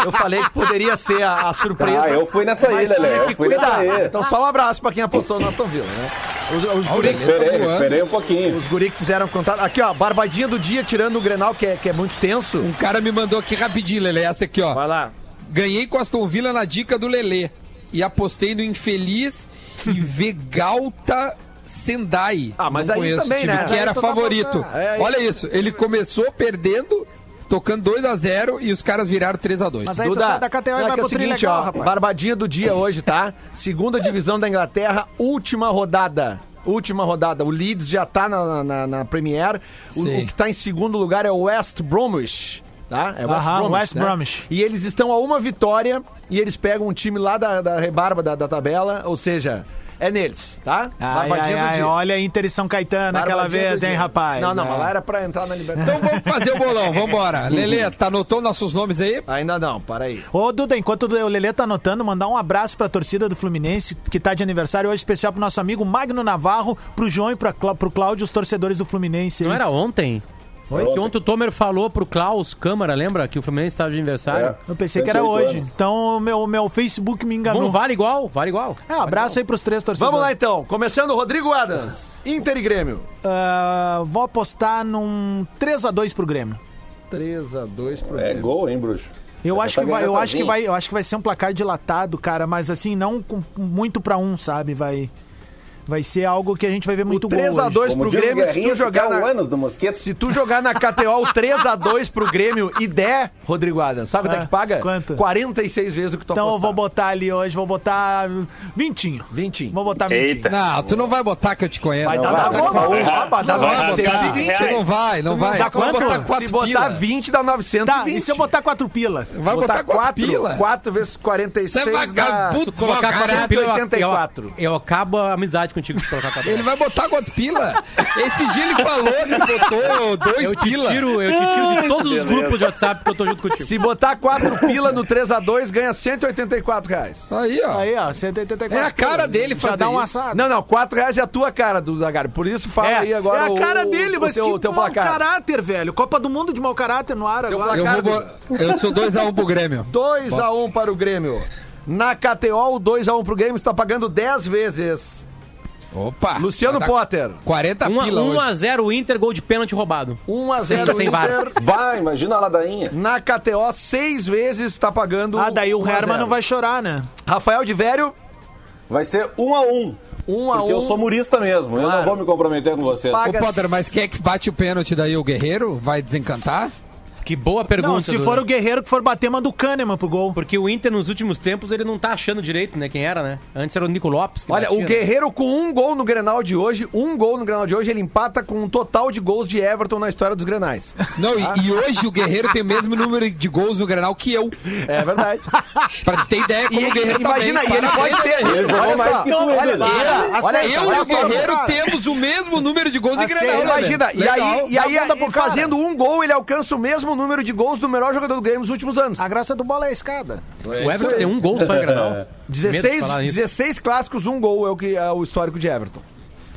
Speaker 6: eu falei que poderia ser a, a surpresa.
Speaker 9: Ah, eu fui nessa aí,
Speaker 6: mas
Speaker 9: Lelé,
Speaker 6: tinha
Speaker 9: eu
Speaker 6: que
Speaker 9: fui nessa
Speaker 6: cuidar.
Speaker 9: aí.
Speaker 2: Tá
Speaker 6: Então só um abraço pra quem apostou no Aston Villa, né? Os, os, guri,
Speaker 2: Lelê.
Speaker 9: Esperei,
Speaker 2: voando.
Speaker 9: esperei um pouquinho.
Speaker 6: os guri que fizeram contato. Aqui, ó, barbadinha do dia, tirando o Grenal, que é, que é muito tenso.
Speaker 2: Um cara me mandou aqui rapidinho, Lele, essa aqui, ó.
Speaker 6: Vai lá.
Speaker 2: Ganhei com Aston Villa na dica do Lelê. E apostei no Infeliz e Vegalta Sendai.
Speaker 6: Ah, mas
Speaker 2: Não
Speaker 6: aí
Speaker 2: conheço o
Speaker 6: também,
Speaker 2: time
Speaker 6: né?
Speaker 2: Que era
Speaker 6: Aí tu tá
Speaker 2: favorito.
Speaker 6: apostando. É,
Speaker 2: Olha isso, ele começou perdendo, tocando 2x0 e os caras viraram 3x2.
Speaker 5: Mas aí tu então sai da KTO e
Speaker 6: não, é
Speaker 5: vai
Speaker 6: que é
Speaker 5: pro
Speaker 6: o seguinte,
Speaker 5: Trilegal,
Speaker 6: ó,
Speaker 5: rapaz.
Speaker 6: barbadinha do dia hoje, tá? Segunda divisão da Inglaterra, última rodada. Última rodada. O Leeds já tá na, na, na Premier. O,
Speaker 2: Sim.
Speaker 6: o que tá em segundo lugar é o West Bromwich. Tá? É
Speaker 5: Aham, West Bromwich.
Speaker 6: E eles estão a uma vitória e eles pegam um time lá da, da rebarba da, da tabela, ou seja, é neles, tá?
Speaker 5: Ai, ai, ai, olha a Inter e São Caetano aquela
Speaker 6: Barbadinha do
Speaker 5: vez, hein,
Speaker 6: dia.
Speaker 5: rapaz.
Speaker 6: Não, não,
Speaker 5: É.
Speaker 6: mas lá era pra entrar na Libertadores.
Speaker 2: Então vamos fazer o bolão, vambora. Lelê, tá anotando nossos nomes aí?
Speaker 6: Ainda não, para aí.
Speaker 5: Ô, Duda, enquanto o Lelê tá anotando, mandar um abraço pra torcida do Fluminense, que tá de aniversário hoje, especial pro nosso amigo Magno Navarro, pro João e pra, Clá- pro Cláudio, os torcedores do Fluminense.
Speaker 4: Não
Speaker 5: hein?
Speaker 4: era ontem? Que ontem o Tomer falou pro Klaus Câmara, lembra? Que o Fluminense estava de aniversário.
Speaker 9: É.
Speaker 5: Eu pensei que era
Speaker 9: 108
Speaker 5: hoje.
Speaker 9: anos.
Speaker 5: Então, o meu, meu Facebook me
Speaker 4: Bom,
Speaker 5: enganou.
Speaker 4: vale igual, vale igual.
Speaker 5: É, um abraço aí pros três torcedores.
Speaker 6: Vamos lá então, começando Rodrigo Adams, Inter e Grêmio.
Speaker 5: Ah, vou apostar num 3x2 pro Grêmio.
Speaker 6: 3x2 pro
Speaker 9: É
Speaker 6: Grêmio.
Speaker 9: gol, hein, bruxo?
Speaker 5: Eu
Speaker 9: Dá
Speaker 5: acho,
Speaker 9: pra
Speaker 5: que vai,
Speaker 9: ganhar
Speaker 5: eu, acho que
Speaker 9: sozinho.
Speaker 5: vai, eu acho que vai ser um placar dilatado, cara, mas assim, não com- muito pra um, sabe? Vai, vai ser algo que a gente vai ver muito
Speaker 6: o
Speaker 5: gol.
Speaker 6: 3x2
Speaker 5: hoje.
Speaker 9: Como
Speaker 6: pro
Speaker 9: diz o
Speaker 6: Grêmio, se
Speaker 9: Guerrinha,
Speaker 6: tu jogar
Speaker 9: ficar
Speaker 6: na...
Speaker 9: o anos do Mosquito.
Speaker 6: Se tu jogar na KTO o 3x2 pro Grêmio e der, Rodrigo Adams, sabe quanto é
Speaker 5: Ah,
Speaker 6: que paga?
Speaker 5: quanto?
Speaker 6: 46 vezes o que tu
Speaker 5: Então eu
Speaker 6: apostar.
Speaker 5: vou botar ali hoje, vou botar vintinho.
Speaker 6: Vintinho.
Speaker 5: Vou botar vintinho.
Speaker 8: Eita.
Speaker 2: Não, tu não vai botar que eu te conheço.
Speaker 6: Vai
Speaker 2: Não
Speaker 6: dar
Speaker 9: vai,
Speaker 6: na
Speaker 9: vai,
Speaker 6: bomba,
Speaker 9: vai.
Speaker 6: vai dar
Speaker 8: Não vai,
Speaker 6: 920.
Speaker 8: cara.
Speaker 6: hein?
Speaker 2: Não vai, não vai.
Speaker 5: dá
Speaker 2: Tu vai
Speaker 5: quanto?
Speaker 2: botar quatro
Speaker 6: Se botar
Speaker 2: pila.
Speaker 6: 20 dá 920.
Speaker 5: Tá, e se eu botar quatro pila?
Speaker 2: Vai botar quatro pila.
Speaker 6: 4 vezes
Speaker 2: Você
Speaker 6: 46
Speaker 2: é vagabundo, tu
Speaker 6: dá...
Speaker 2: colocar
Speaker 6: colocar
Speaker 2: quatro
Speaker 4: 40
Speaker 2: pila.
Speaker 4: eu-
Speaker 6: 84.
Speaker 4: Eu, eu acabo a amizade contigo se colocar 40
Speaker 2: Ele vai botar quatro pila? Esse dia ele falou que botou dois
Speaker 4: Eu te
Speaker 2: pila.
Speaker 4: tiro, eu te tiro de todos os grupos de WhatsApp que eu tô junto contigo.
Speaker 6: Se botar 4 pila no 3x2, ganha 184 reais.
Speaker 2: Aí, ó.
Speaker 5: Aí, ó, 184.
Speaker 2: É a cara dele
Speaker 5: Já
Speaker 2: fazer
Speaker 5: dá um
Speaker 2: isso.
Speaker 5: assado.
Speaker 6: Não, não, 4 reais é a tua cara, Duda Garbi. Por isso fala
Speaker 5: é,
Speaker 6: aí agora.
Speaker 5: é a
Speaker 6: o-
Speaker 5: cara dele,
Speaker 6: o
Speaker 5: mas
Speaker 6: teu,
Speaker 5: que
Speaker 6: teu
Speaker 5: mau
Speaker 6: placar.
Speaker 5: caráter, velho. Copa do Mundo de mau caráter no ar agora.
Speaker 2: Eu, vou, bo- eu sou 2x1 pro Grêmio.
Speaker 6: 2x1 para o Grêmio. Na KTO, o 2x1 pro Grêmio está pagando 10 vezes.
Speaker 2: Opa!
Speaker 6: Luciano
Speaker 2: Vai dar
Speaker 6: Potter,
Speaker 2: 40 pila hoje.
Speaker 4: 1x0 Inter, gol de pênalti roubado.
Speaker 6: 1x0
Speaker 4: Sem VAR.
Speaker 6: Inter.
Speaker 9: Vai, imagina a ladainha.
Speaker 6: Na KTO, 6 vezes está pagando.
Speaker 5: Ah, daí o
Speaker 6: 1 a 0.
Speaker 5: Herman não vai chorar, né?
Speaker 6: Rafael de Vério,
Speaker 9: Vai ser um a um.
Speaker 6: 1 a 1
Speaker 9: Porque eu sou murista mesmo. Eu não vou me comprometer com vocês.
Speaker 6: Paga-
Speaker 2: Ô, Potter, mas quem é que bate o pênalti daí? O Guerreiro? Vai desencantar?
Speaker 4: Que boa pergunta.
Speaker 5: Não, se
Speaker 4: Duda.
Speaker 5: for o Guerreiro que for bater, manda o Kahneman pro gol.
Speaker 4: Porque o Inter nos últimos tempos ele não tá achando direito, né? Quem era, né? Antes era o Nico Lopes. que
Speaker 6: Olha,
Speaker 4: batia,
Speaker 6: o
Speaker 4: né?
Speaker 6: Guerreiro com um gol no Grenal de hoje, um gol no Grenal de hoje, ele empata com um total de gols de Everton na história dos Grenais.
Speaker 2: Não, e, e hoje o Guerreiro tem o mesmo número de gols no Grenal que eu.
Speaker 6: É verdade.
Speaker 2: Pra te ter ideia como
Speaker 6: E,
Speaker 2: o Guerreiro tá
Speaker 6: imagina,
Speaker 2: também.
Speaker 6: e ele
Speaker 2: Parabéns,
Speaker 6: pode ter.
Speaker 2: Guerreiro.
Speaker 9: Ele jogou
Speaker 6: Olha
Speaker 9: mais
Speaker 6: só,
Speaker 9: que tu, hein,
Speaker 6: olha,
Speaker 9: Duda?
Speaker 6: olha, olha
Speaker 5: Aceita,
Speaker 6: isso,
Speaker 2: Eu e
Speaker 6: olha
Speaker 2: o
Speaker 6: só. Assim,
Speaker 2: Guerreiro temos o mesmo número de gols em
Speaker 5: Aceita,
Speaker 2: Grenal. né,
Speaker 6: Imagina,
Speaker 2: velho?
Speaker 6: e aí,
Speaker 2: Legal.
Speaker 6: e aí,
Speaker 5: Dá bunda pro cara.
Speaker 6: fazendo um gol, ele alcança o mesmo número de gols do melhor jogador do Grêmio nos últimos anos.
Speaker 5: A graça do bola é a escada.
Speaker 4: O Everton tem um gol só em Granal.
Speaker 6: 16, 16 clássicos, um gol é o, que, é o histórico de Everton.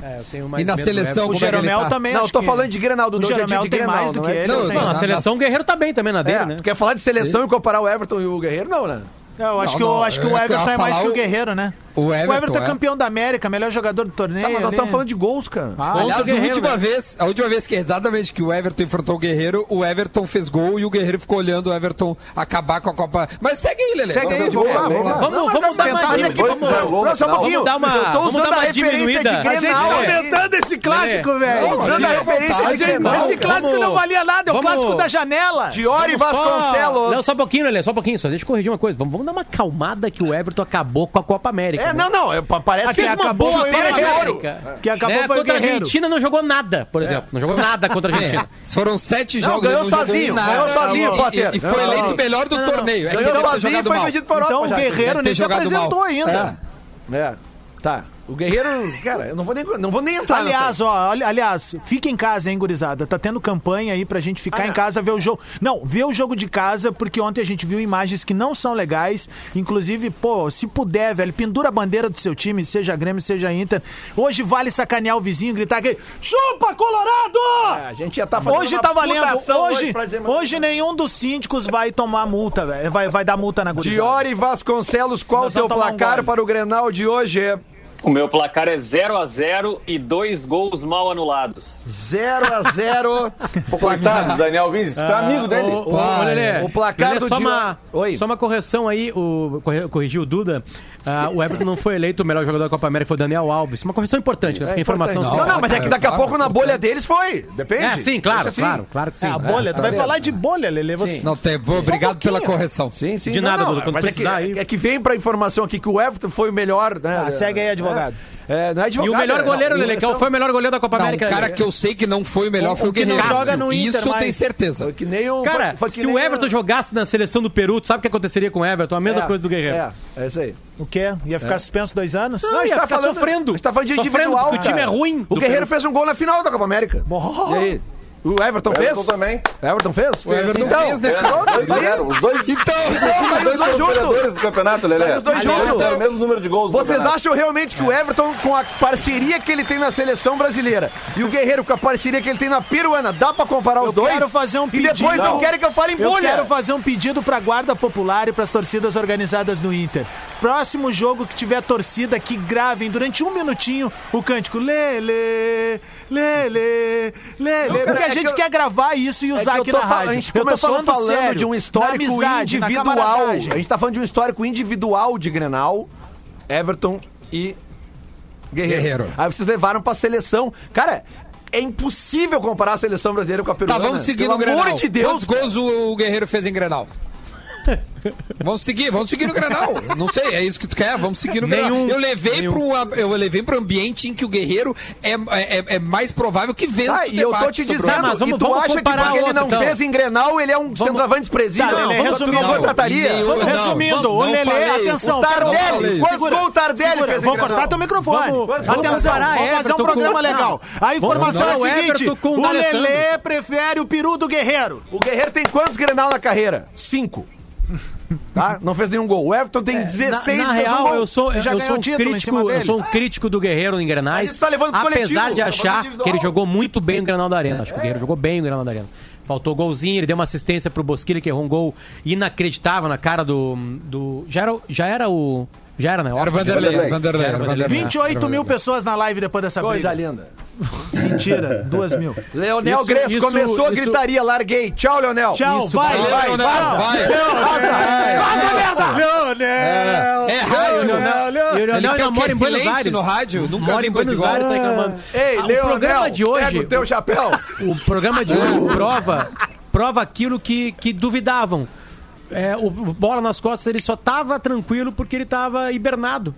Speaker 4: É, eu tenho
Speaker 2: E na
Speaker 4: medo do
Speaker 2: seleção,
Speaker 4: Everton.
Speaker 5: O
Speaker 2: Como é que ele
Speaker 5: Jeromel
Speaker 2: tá?
Speaker 5: também.
Speaker 6: Não, eu
Speaker 5: acho
Speaker 6: tô
Speaker 5: que-
Speaker 6: falando de Grenal, do
Speaker 5: o
Speaker 6: hoje é dia
Speaker 5: Jeromel
Speaker 6: de
Speaker 5: tem
Speaker 6: Grenal,
Speaker 5: mais do
Speaker 6: não
Speaker 5: que
Speaker 6: é?
Speaker 5: ele. né?
Speaker 2: Não,
Speaker 5: eu
Speaker 2: não,
Speaker 5: tenho.
Speaker 4: Não, na seleção o Guerreiro tá bem também na dele,
Speaker 6: É,
Speaker 4: né?
Speaker 6: tu quer falar de seleção e comparar o Everton e o Guerreiro? Não, né?
Speaker 5: É, eu acho
Speaker 2: Não,
Speaker 5: que,
Speaker 2: não,
Speaker 5: eu acho que
Speaker 2: eu
Speaker 5: o Everton
Speaker 2: quero
Speaker 5: é mais
Speaker 2: falar
Speaker 5: que o
Speaker 2: o-
Speaker 5: Guerreiro, né?
Speaker 2: O Everton,
Speaker 5: o Everton é
Speaker 2: é.
Speaker 5: campeão da América, melhor jogador do torneio.
Speaker 6: Tá, mas nós
Speaker 5: ali.
Speaker 6: estamos falando de gols, cara.
Speaker 5: Ah,
Speaker 4: Gol do
Speaker 2: Aliás, a
Speaker 4: Guerreiro,
Speaker 2: última
Speaker 4: né?
Speaker 2: vez, a última vez que exatamente que o Everton enfrentou o Guerreiro, o Everton fez gol e o Guerreiro ficou olhando o Everton acabar com a Copa. Mas segue aí, Lelê.
Speaker 5: Segue aí,
Speaker 2: Não,
Speaker 5: vamos lá,
Speaker 9: bem,
Speaker 5: vamos lá.
Speaker 4: Vamos,
Speaker 6: Não, mas
Speaker 4: vamos dar
Speaker 6: nós
Speaker 4: uma
Speaker 6: tentamos
Speaker 9: dica,
Speaker 6: aqui,
Speaker 9: vamos-
Speaker 6: vamos- não, só um
Speaker 9: vamos
Speaker 6: pouquinho.
Speaker 4: dar uma-
Speaker 6: Eu tô
Speaker 4: vamos
Speaker 6: usando
Speaker 4: dar uma
Speaker 6: a referência de
Speaker 4: diminuída. A gente
Speaker 6: Grenal.
Speaker 4: tá
Speaker 5: Aumentando esse clássico,
Speaker 4: Lelê.
Speaker 5: velho.
Speaker 6: Tô usando a
Speaker 2: Lelê,
Speaker 6: referência de
Speaker 2: vontade,
Speaker 6: Grenal.
Speaker 2: não.
Speaker 5: Esse clássico
Speaker 4: Vamos-
Speaker 5: não valia nada, é o
Speaker 4: vamos-
Speaker 5: clássico da janela.
Speaker 6: Diori
Speaker 4: Vamos só-
Speaker 6: Vasconcelos.
Speaker 4: Não, só um pouquinho, Lelê, só um pouquinho. Só deixa eu corrigir uma coisa. Vamos, vamos dar uma calmada que o Everton acabou com a Copa América.
Speaker 6: É,
Speaker 4: né?
Speaker 6: não, não. é, pa- Parece que
Speaker 4: Fez
Speaker 5: que
Speaker 4: uma
Speaker 5: acabou
Speaker 4: boa
Speaker 5: foi o
Speaker 4: Copa
Speaker 5: Guerreiro.
Speaker 4: América.
Speaker 5: Que acabou
Speaker 4: né?
Speaker 5: foi o
Speaker 4: Contra a
Speaker 5: Guerreiro.
Speaker 4: Argentina não jogou nada,
Speaker 6: É.
Speaker 4: por exemplo. Não jogou nada contra a Argentina.
Speaker 2: Foram sete
Speaker 6: Não,
Speaker 2: jogos.
Speaker 6: ganhou
Speaker 2: ele jogou
Speaker 6: sozinho,
Speaker 2: nada.
Speaker 6: ganhou sozinho,
Speaker 2: E-
Speaker 6: Potter.
Speaker 2: E, e foi
Speaker 6: Não,
Speaker 2: eleito
Speaker 6: não.
Speaker 2: o melhor do torneio. É que
Speaker 6: Ganhou
Speaker 2: deve ter
Speaker 6: sozinho e
Speaker 2: jogado
Speaker 6: foi
Speaker 5: um
Speaker 2: mal.
Speaker 6: vendido pra Europa.
Speaker 5: Então o
Speaker 6: já.
Speaker 5: Guerreiro
Speaker 2: Deve ter
Speaker 5: nem se
Speaker 2: jogado mal.
Speaker 5: apresentou ainda.
Speaker 2: É.
Speaker 6: É, tá. O Guerreiro, cara, eu não vou nem, Tá, não vou nem entrar nessa
Speaker 5: Aliás, ó, olha- aliás, fica em casa, hein, gurizada. Tá tendo campanha aí pra gente
Speaker 6: Ah,
Speaker 5: ficar
Speaker 6: é.
Speaker 5: em casa ver o jogo. Não, ver o jogo de casa, porque ontem a gente viu imagens que não são legais. Inclusive, pô, se puder, velho, pendura a bandeira do seu time, seja Grêmio, seja Inter. Hoje vale sacanear o vizinho, gritar aqui: chupa, Colorado!
Speaker 6: aí. É, a gente ia estar fazendo
Speaker 5: hoje
Speaker 6: uma
Speaker 5: tá
Speaker 6: puta
Speaker 5: valendo. Hoje,
Speaker 6: ação
Speaker 5: hoje,
Speaker 6: pra dizer-
Speaker 5: nenhum dos síndicos vai tomar multa, velho. Vai, vai dar multa na gurizada.
Speaker 6: Diori Vasconcelos, qual o
Speaker 5: Nós
Speaker 6: seu
Speaker 5: vamos tomar um
Speaker 6: placar
Speaker 5: gole.
Speaker 6: para o Grenal de hoje?
Speaker 8: O meu placar é 0 a 0 e dois gols mal anulados.
Speaker 6: 0 a 0
Speaker 9: Pô, coitado, Daniel Vinzi, tu é amigo dele.
Speaker 4: Ô, ô, ô, Lelê,
Speaker 6: Ah, o placar
Speaker 4: Lelê,
Speaker 6: do
Speaker 4: só
Speaker 6: dia-
Speaker 4: uma,
Speaker 6: Oi.
Speaker 4: só uma correção aí, o, corre- corrigiu o Duda. Ah, o Everton não foi eleito o melhor jogador da Copa América, foi o Daniel Alves. Uma correção importante, né? Porque a informação
Speaker 6: Não,
Speaker 4: circula.
Speaker 6: É não, mas é que daqui a
Speaker 2: Claro,
Speaker 6: pouco na
Speaker 2: claro.
Speaker 6: bolha deles foi. Depende.
Speaker 4: É, sim, claro,
Speaker 6: Deixa assim.
Speaker 4: claro, claro que sim.
Speaker 5: É, a bolha, tu vai
Speaker 6: tá
Speaker 5: falar de bolha, Lele. Você...
Speaker 2: Não, tem,
Speaker 6: um
Speaker 2: vou- obrigado pela correção.
Speaker 6: Sim, sim.
Speaker 4: De
Speaker 6: não,
Speaker 4: nada,
Speaker 6: não,
Speaker 4: Dudu, quando
Speaker 6: mas é que-
Speaker 4: precisar
Speaker 6: é
Speaker 4: aí.
Speaker 6: que, vem pra informação aqui que o Everton foi o melhor, né?
Speaker 5: Ah, segue aí, advogado.
Speaker 6: É, é, não é
Speaker 4: E
Speaker 6: advogado.
Speaker 4: o melhor
Speaker 6: é-
Speaker 4: goleiro,
Speaker 6: não, um
Speaker 4: Lelê, qual foi o melhor goleiro da Copa
Speaker 2: Não, o
Speaker 4: América?
Speaker 2: cara que eu sei que não foi o melhor
Speaker 5: O-
Speaker 2: foi o
Speaker 5: o que não
Speaker 2: Guerreiro.
Speaker 5: joga no
Speaker 2: Isso
Speaker 5: Inter
Speaker 2: eu tenho
Speaker 5: mais.
Speaker 2: certeza.
Speaker 6: um- Foi que nem o.
Speaker 4: Cara,
Speaker 6: foi- foi que
Speaker 4: se o
Speaker 6: nem um-
Speaker 4: Everton jogasse na seleção do Peru, tu sabe o que aconteceria com o Everton? A mesma
Speaker 6: É,
Speaker 4: coisa do Guerreiro.
Speaker 6: É, é isso aí.
Speaker 5: O quê? Ia ficar suspenso dois anos?
Speaker 6: É. Não, a gente
Speaker 4: ia
Speaker 6: tá
Speaker 4: ficar
Speaker 6: falando-
Speaker 4: sofrendo.
Speaker 6: a gente tá falando de
Speaker 4: Sofrendo,
Speaker 6: individual,
Speaker 4: porque o time
Speaker 6: cara.
Speaker 4: é ruim
Speaker 6: O
Speaker 4: do
Speaker 6: Guerreiro
Speaker 4: Peru.
Speaker 6: fez um gol na final da Copa América.
Speaker 5: Bom.
Speaker 6: E aí? O Everton
Speaker 9: O
Speaker 6: fez?
Speaker 9: Everton também.
Speaker 6: Everton fez?
Speaker 2: O Everton
Speaker 6: então,
Speaker 2: fez, né,
Speaker 9: É,
Speaker 2: cara?
Speaker 9: dois goleiros, os dois,
Speaker 6: Então,
Speaker 9: os
Speaker 6: mas os
Speaker 9: dois
Speaker 6: dois juntos.
Speaker 9: goleadores do campeonato, Lelé.
Speaker 6: os dois
Speaker 9: Aliás,
Speaker 6: juntos.
Speaker 9: é o mesmo número de gols do
Speaker 6: Vocês
Speaker 9: campeonato.
Speaker 6: acham realmente
Speaker 2: É.
Speaker 6: que o Everton, com a parceria que ele tem na seleção brasileira, e o Guerreiro com a parceria que ele tem na peruana, dá pra comparar os
Speaker 5: Eu
Speaker 6: dois?
Speaker 5: quero fazer um
Speaker 6: E depois
Speaker 5: pedido.
Speaker 6: não querem que eu fale em
Speaker 5: Eu
Speaker 6: bolha.
Speaker 5: quero fazer um pedido pra Guarda Popular e pras torcidas organizadas do Inter. Próximo jogo que tiver torcida, que gravem durante um minutinho o cântico Lele, Lele, Lele.
Speaker 6: cara,
Speaker 5: Porque a
Speaker 6: é
Speaker 5: gente
Speaker 6: que eu-
Speaker 5: quer gravar isso e
Speaker 6: É que
Speaker 5: usar
Speaker 6: eu
Speaker 5: aqui
Speaker 6: tô
Speaker 5: na
Speaker 6: fal-
Speaker 5: rádio.
Speaker 6: A gente
Speaker 5: Eu tô
Speaker 6: começou falando,
Speaker 5: sério,
Speaker 6: de um
Speaker 5: na
Speaker 6: histórico
Speaker 5: amizade, na
Speaker 6: individual. A
Speaker 5: camaradagem.
Speaker 6: gente tá falando de um histórico individual de Grenal, Everton e Guerreiro.
Speaker 2: Guerreiro.
Speaker 6: Aí vocês levaram pra seleção. Cara, é impossível comparar a seleção brasileira com a
Speaker 2: Tá,
Speaker 6: peruana.
Speaker 2: vamos seguir
Speaker 6: Pelo
Speaker 2: no Grenal.
Speaker 6: amor de Deus.
Speaker 2: Quantos gols o o Guerreiro fez em Grenal? Vamos seguir, vamos seguir no Grenal. Não sei, é isso que tu quer? Vamos seguir no
Speaker 4: Nenhum,
Speaker 2: Grenal. Eu levei
Speaker 4: nenhum.
Speaker 2: pro a- eu levei pro ambiente em que o Guerreiro é, é, é- é mais provável que vença
Speaker 6: Tá,
Speaker 2: o
Speaker 6: e eu tô
Speaker 2: debate
Speaker 6: te
Speaker 2: sobre o
Speaker 6: dizendo,
Speaker 4: Tá, mas vamos-
Speaker 6: e tu
Speaker 4: vamos
Speaker 6: acha que
Speaker 4: comparar
Speaker 6: porque ele
Speaker 4: outro,
Speaker 6: não
Speaker 4: então.
Speaker 6: fez em Grenal, ele é um centroavante desprezível?
Speaker 5: Tá,
Speaker 6: Não,
Speaker 5: Lelê,
Speaker 6: tu não
Speaker 5: resumindo.
Speaker 6: contrataria?
Speaker 2: Nenhum-
Speaker 5: Vamos-
Speaker 2: Não,
Speaker 5: Então, Resumindo,
Speaker 2: não
Speaker 5: o Lele,
Speaker 2: falei isso.
Speaker 5: atenção.
Speaker 6: O
Speaker 5: não falei
Speaker 6: Tardelli,
Speaker 5: isso.
Speaker 6: quantos
Speaker 5: Segura,
Speaker 6: gols o Tardelli
Speaker 5: segura,
Speaker 6: fez em
Speaker 5: Vou
Speaker 6: Grenal?
Speaker 5: cortar teu microfone.
Speaker 4: Vamos- vamos
Speaker 5: atenção,
Speaker 4: comparar
Speaker 5: vamos fazer um
Speaker 4: Everton
Speaker 5: programa
Speaker 4: com-
Speaker 5: legal. A informação é
Speaker 4: comparar o
Speaker 5: o seguinte,
Speaker 4: Everton com o
Speaker 5: o Lele
Speaker 4: D'Alessandro.
Speaker 5: prefere o peru do Guerreiro.
Speaker 6: tá O Guerreiro tem quantos Grenal na carreira? Cinco. Tá? Não fez nenhum gol. O Everton tem 16
Speaker 4: É, na, na
Speaker 6: fez um
Speaker 4: real,
Speaker 6: gol.
Speaker 4: eu sou, eu,
Speaker 5: Já
Speaker 4: eu
Speaker 5: ganhou
Speaker 4: sou um
Speaker 5: título em cima
Speaker 4: crítico, eu
Speaker 5: deles.
Speaker 4: sou um crítico do Guerreiro em
Speaker 6: Mas
Speaker 4: Grenais,
Speaker 6: isso tá levando pro
Speaker 4: apesar
Speaker 6: coletivo,
Speaker 4: de
Speaker 6: tá levando
Speaker 4: achar
Speaker 6: individual.
Speaker 4: que ele jogou muito bem no Granal da Arena. Acho que o Guerreiro jogou bem no Granal da Arena. Faltou golzinho, ele deu uma assistência pro Bosquilha, que errou um gol inacreditável na cara do... do já, era, o- já era o... Já era, né?
Speaker 2: Era
Speaker 4: Óbvio,
Speaker 2: Vanderlei, era Vanderlei, era
Speaker 4: Era
Speaker 2: Vanderlei.
Speaker 5: 28 mil pessoas na live depois dessa
Speaker 6: Coisa
Speaker 5: briga.
Speaker 6: linda.
Speaker 5: Mentira, 2 mil.
Speaker 6: Leonel
Speaker 4: Isso-
Speaker 6: Greco
Speaker 4: isso-
Speaker 6: começou a
Speaker 4: isso-
Speaker 6: gritaria, larguei. Tchau, Leonel.
Speaker 5: Tchau,
Speaker 4: Isso,
Speaker 5: vai,
Speaker 4: vai,
Speaker 5: vai,
Speaker 2: Leonel, vai.
Speaker 5: Leonel!
Speaker 2: É rádio,
Speaker 4: Leonel,
Speaker 2: né?
Speaker 4: E o Leonel
Speaker 2: Ele quer
Speaker 4: ainda
Speaker 2: o
Speaker 4: mora
Speaker 2: quê?
Speaker 4: em Buenos
Speaker 2: Silêncio
Speaker 4: Aires.
Speaker 2: no rádio? Nunca
Speaker 4: mora
Speaker 2: vi
Speaker 4: em Buenos
Speaker 2: coisa igual.
Speaker 4: Aires, tá reclamando.
Speaker 6: É. Ei,
Speaker 4: Ah,
Speaker 6: Leonel,
Speaker 4: o programa de
Speaker 6: pega
Speaker 4: hoje,
Speaker 6: o teu chapéu.
Speaker 4: o programa de hoje prova, prova aquilo que, que duvidavam. É, o o bola nas costas, ele só tava tranquilo porque ele tava hibernado.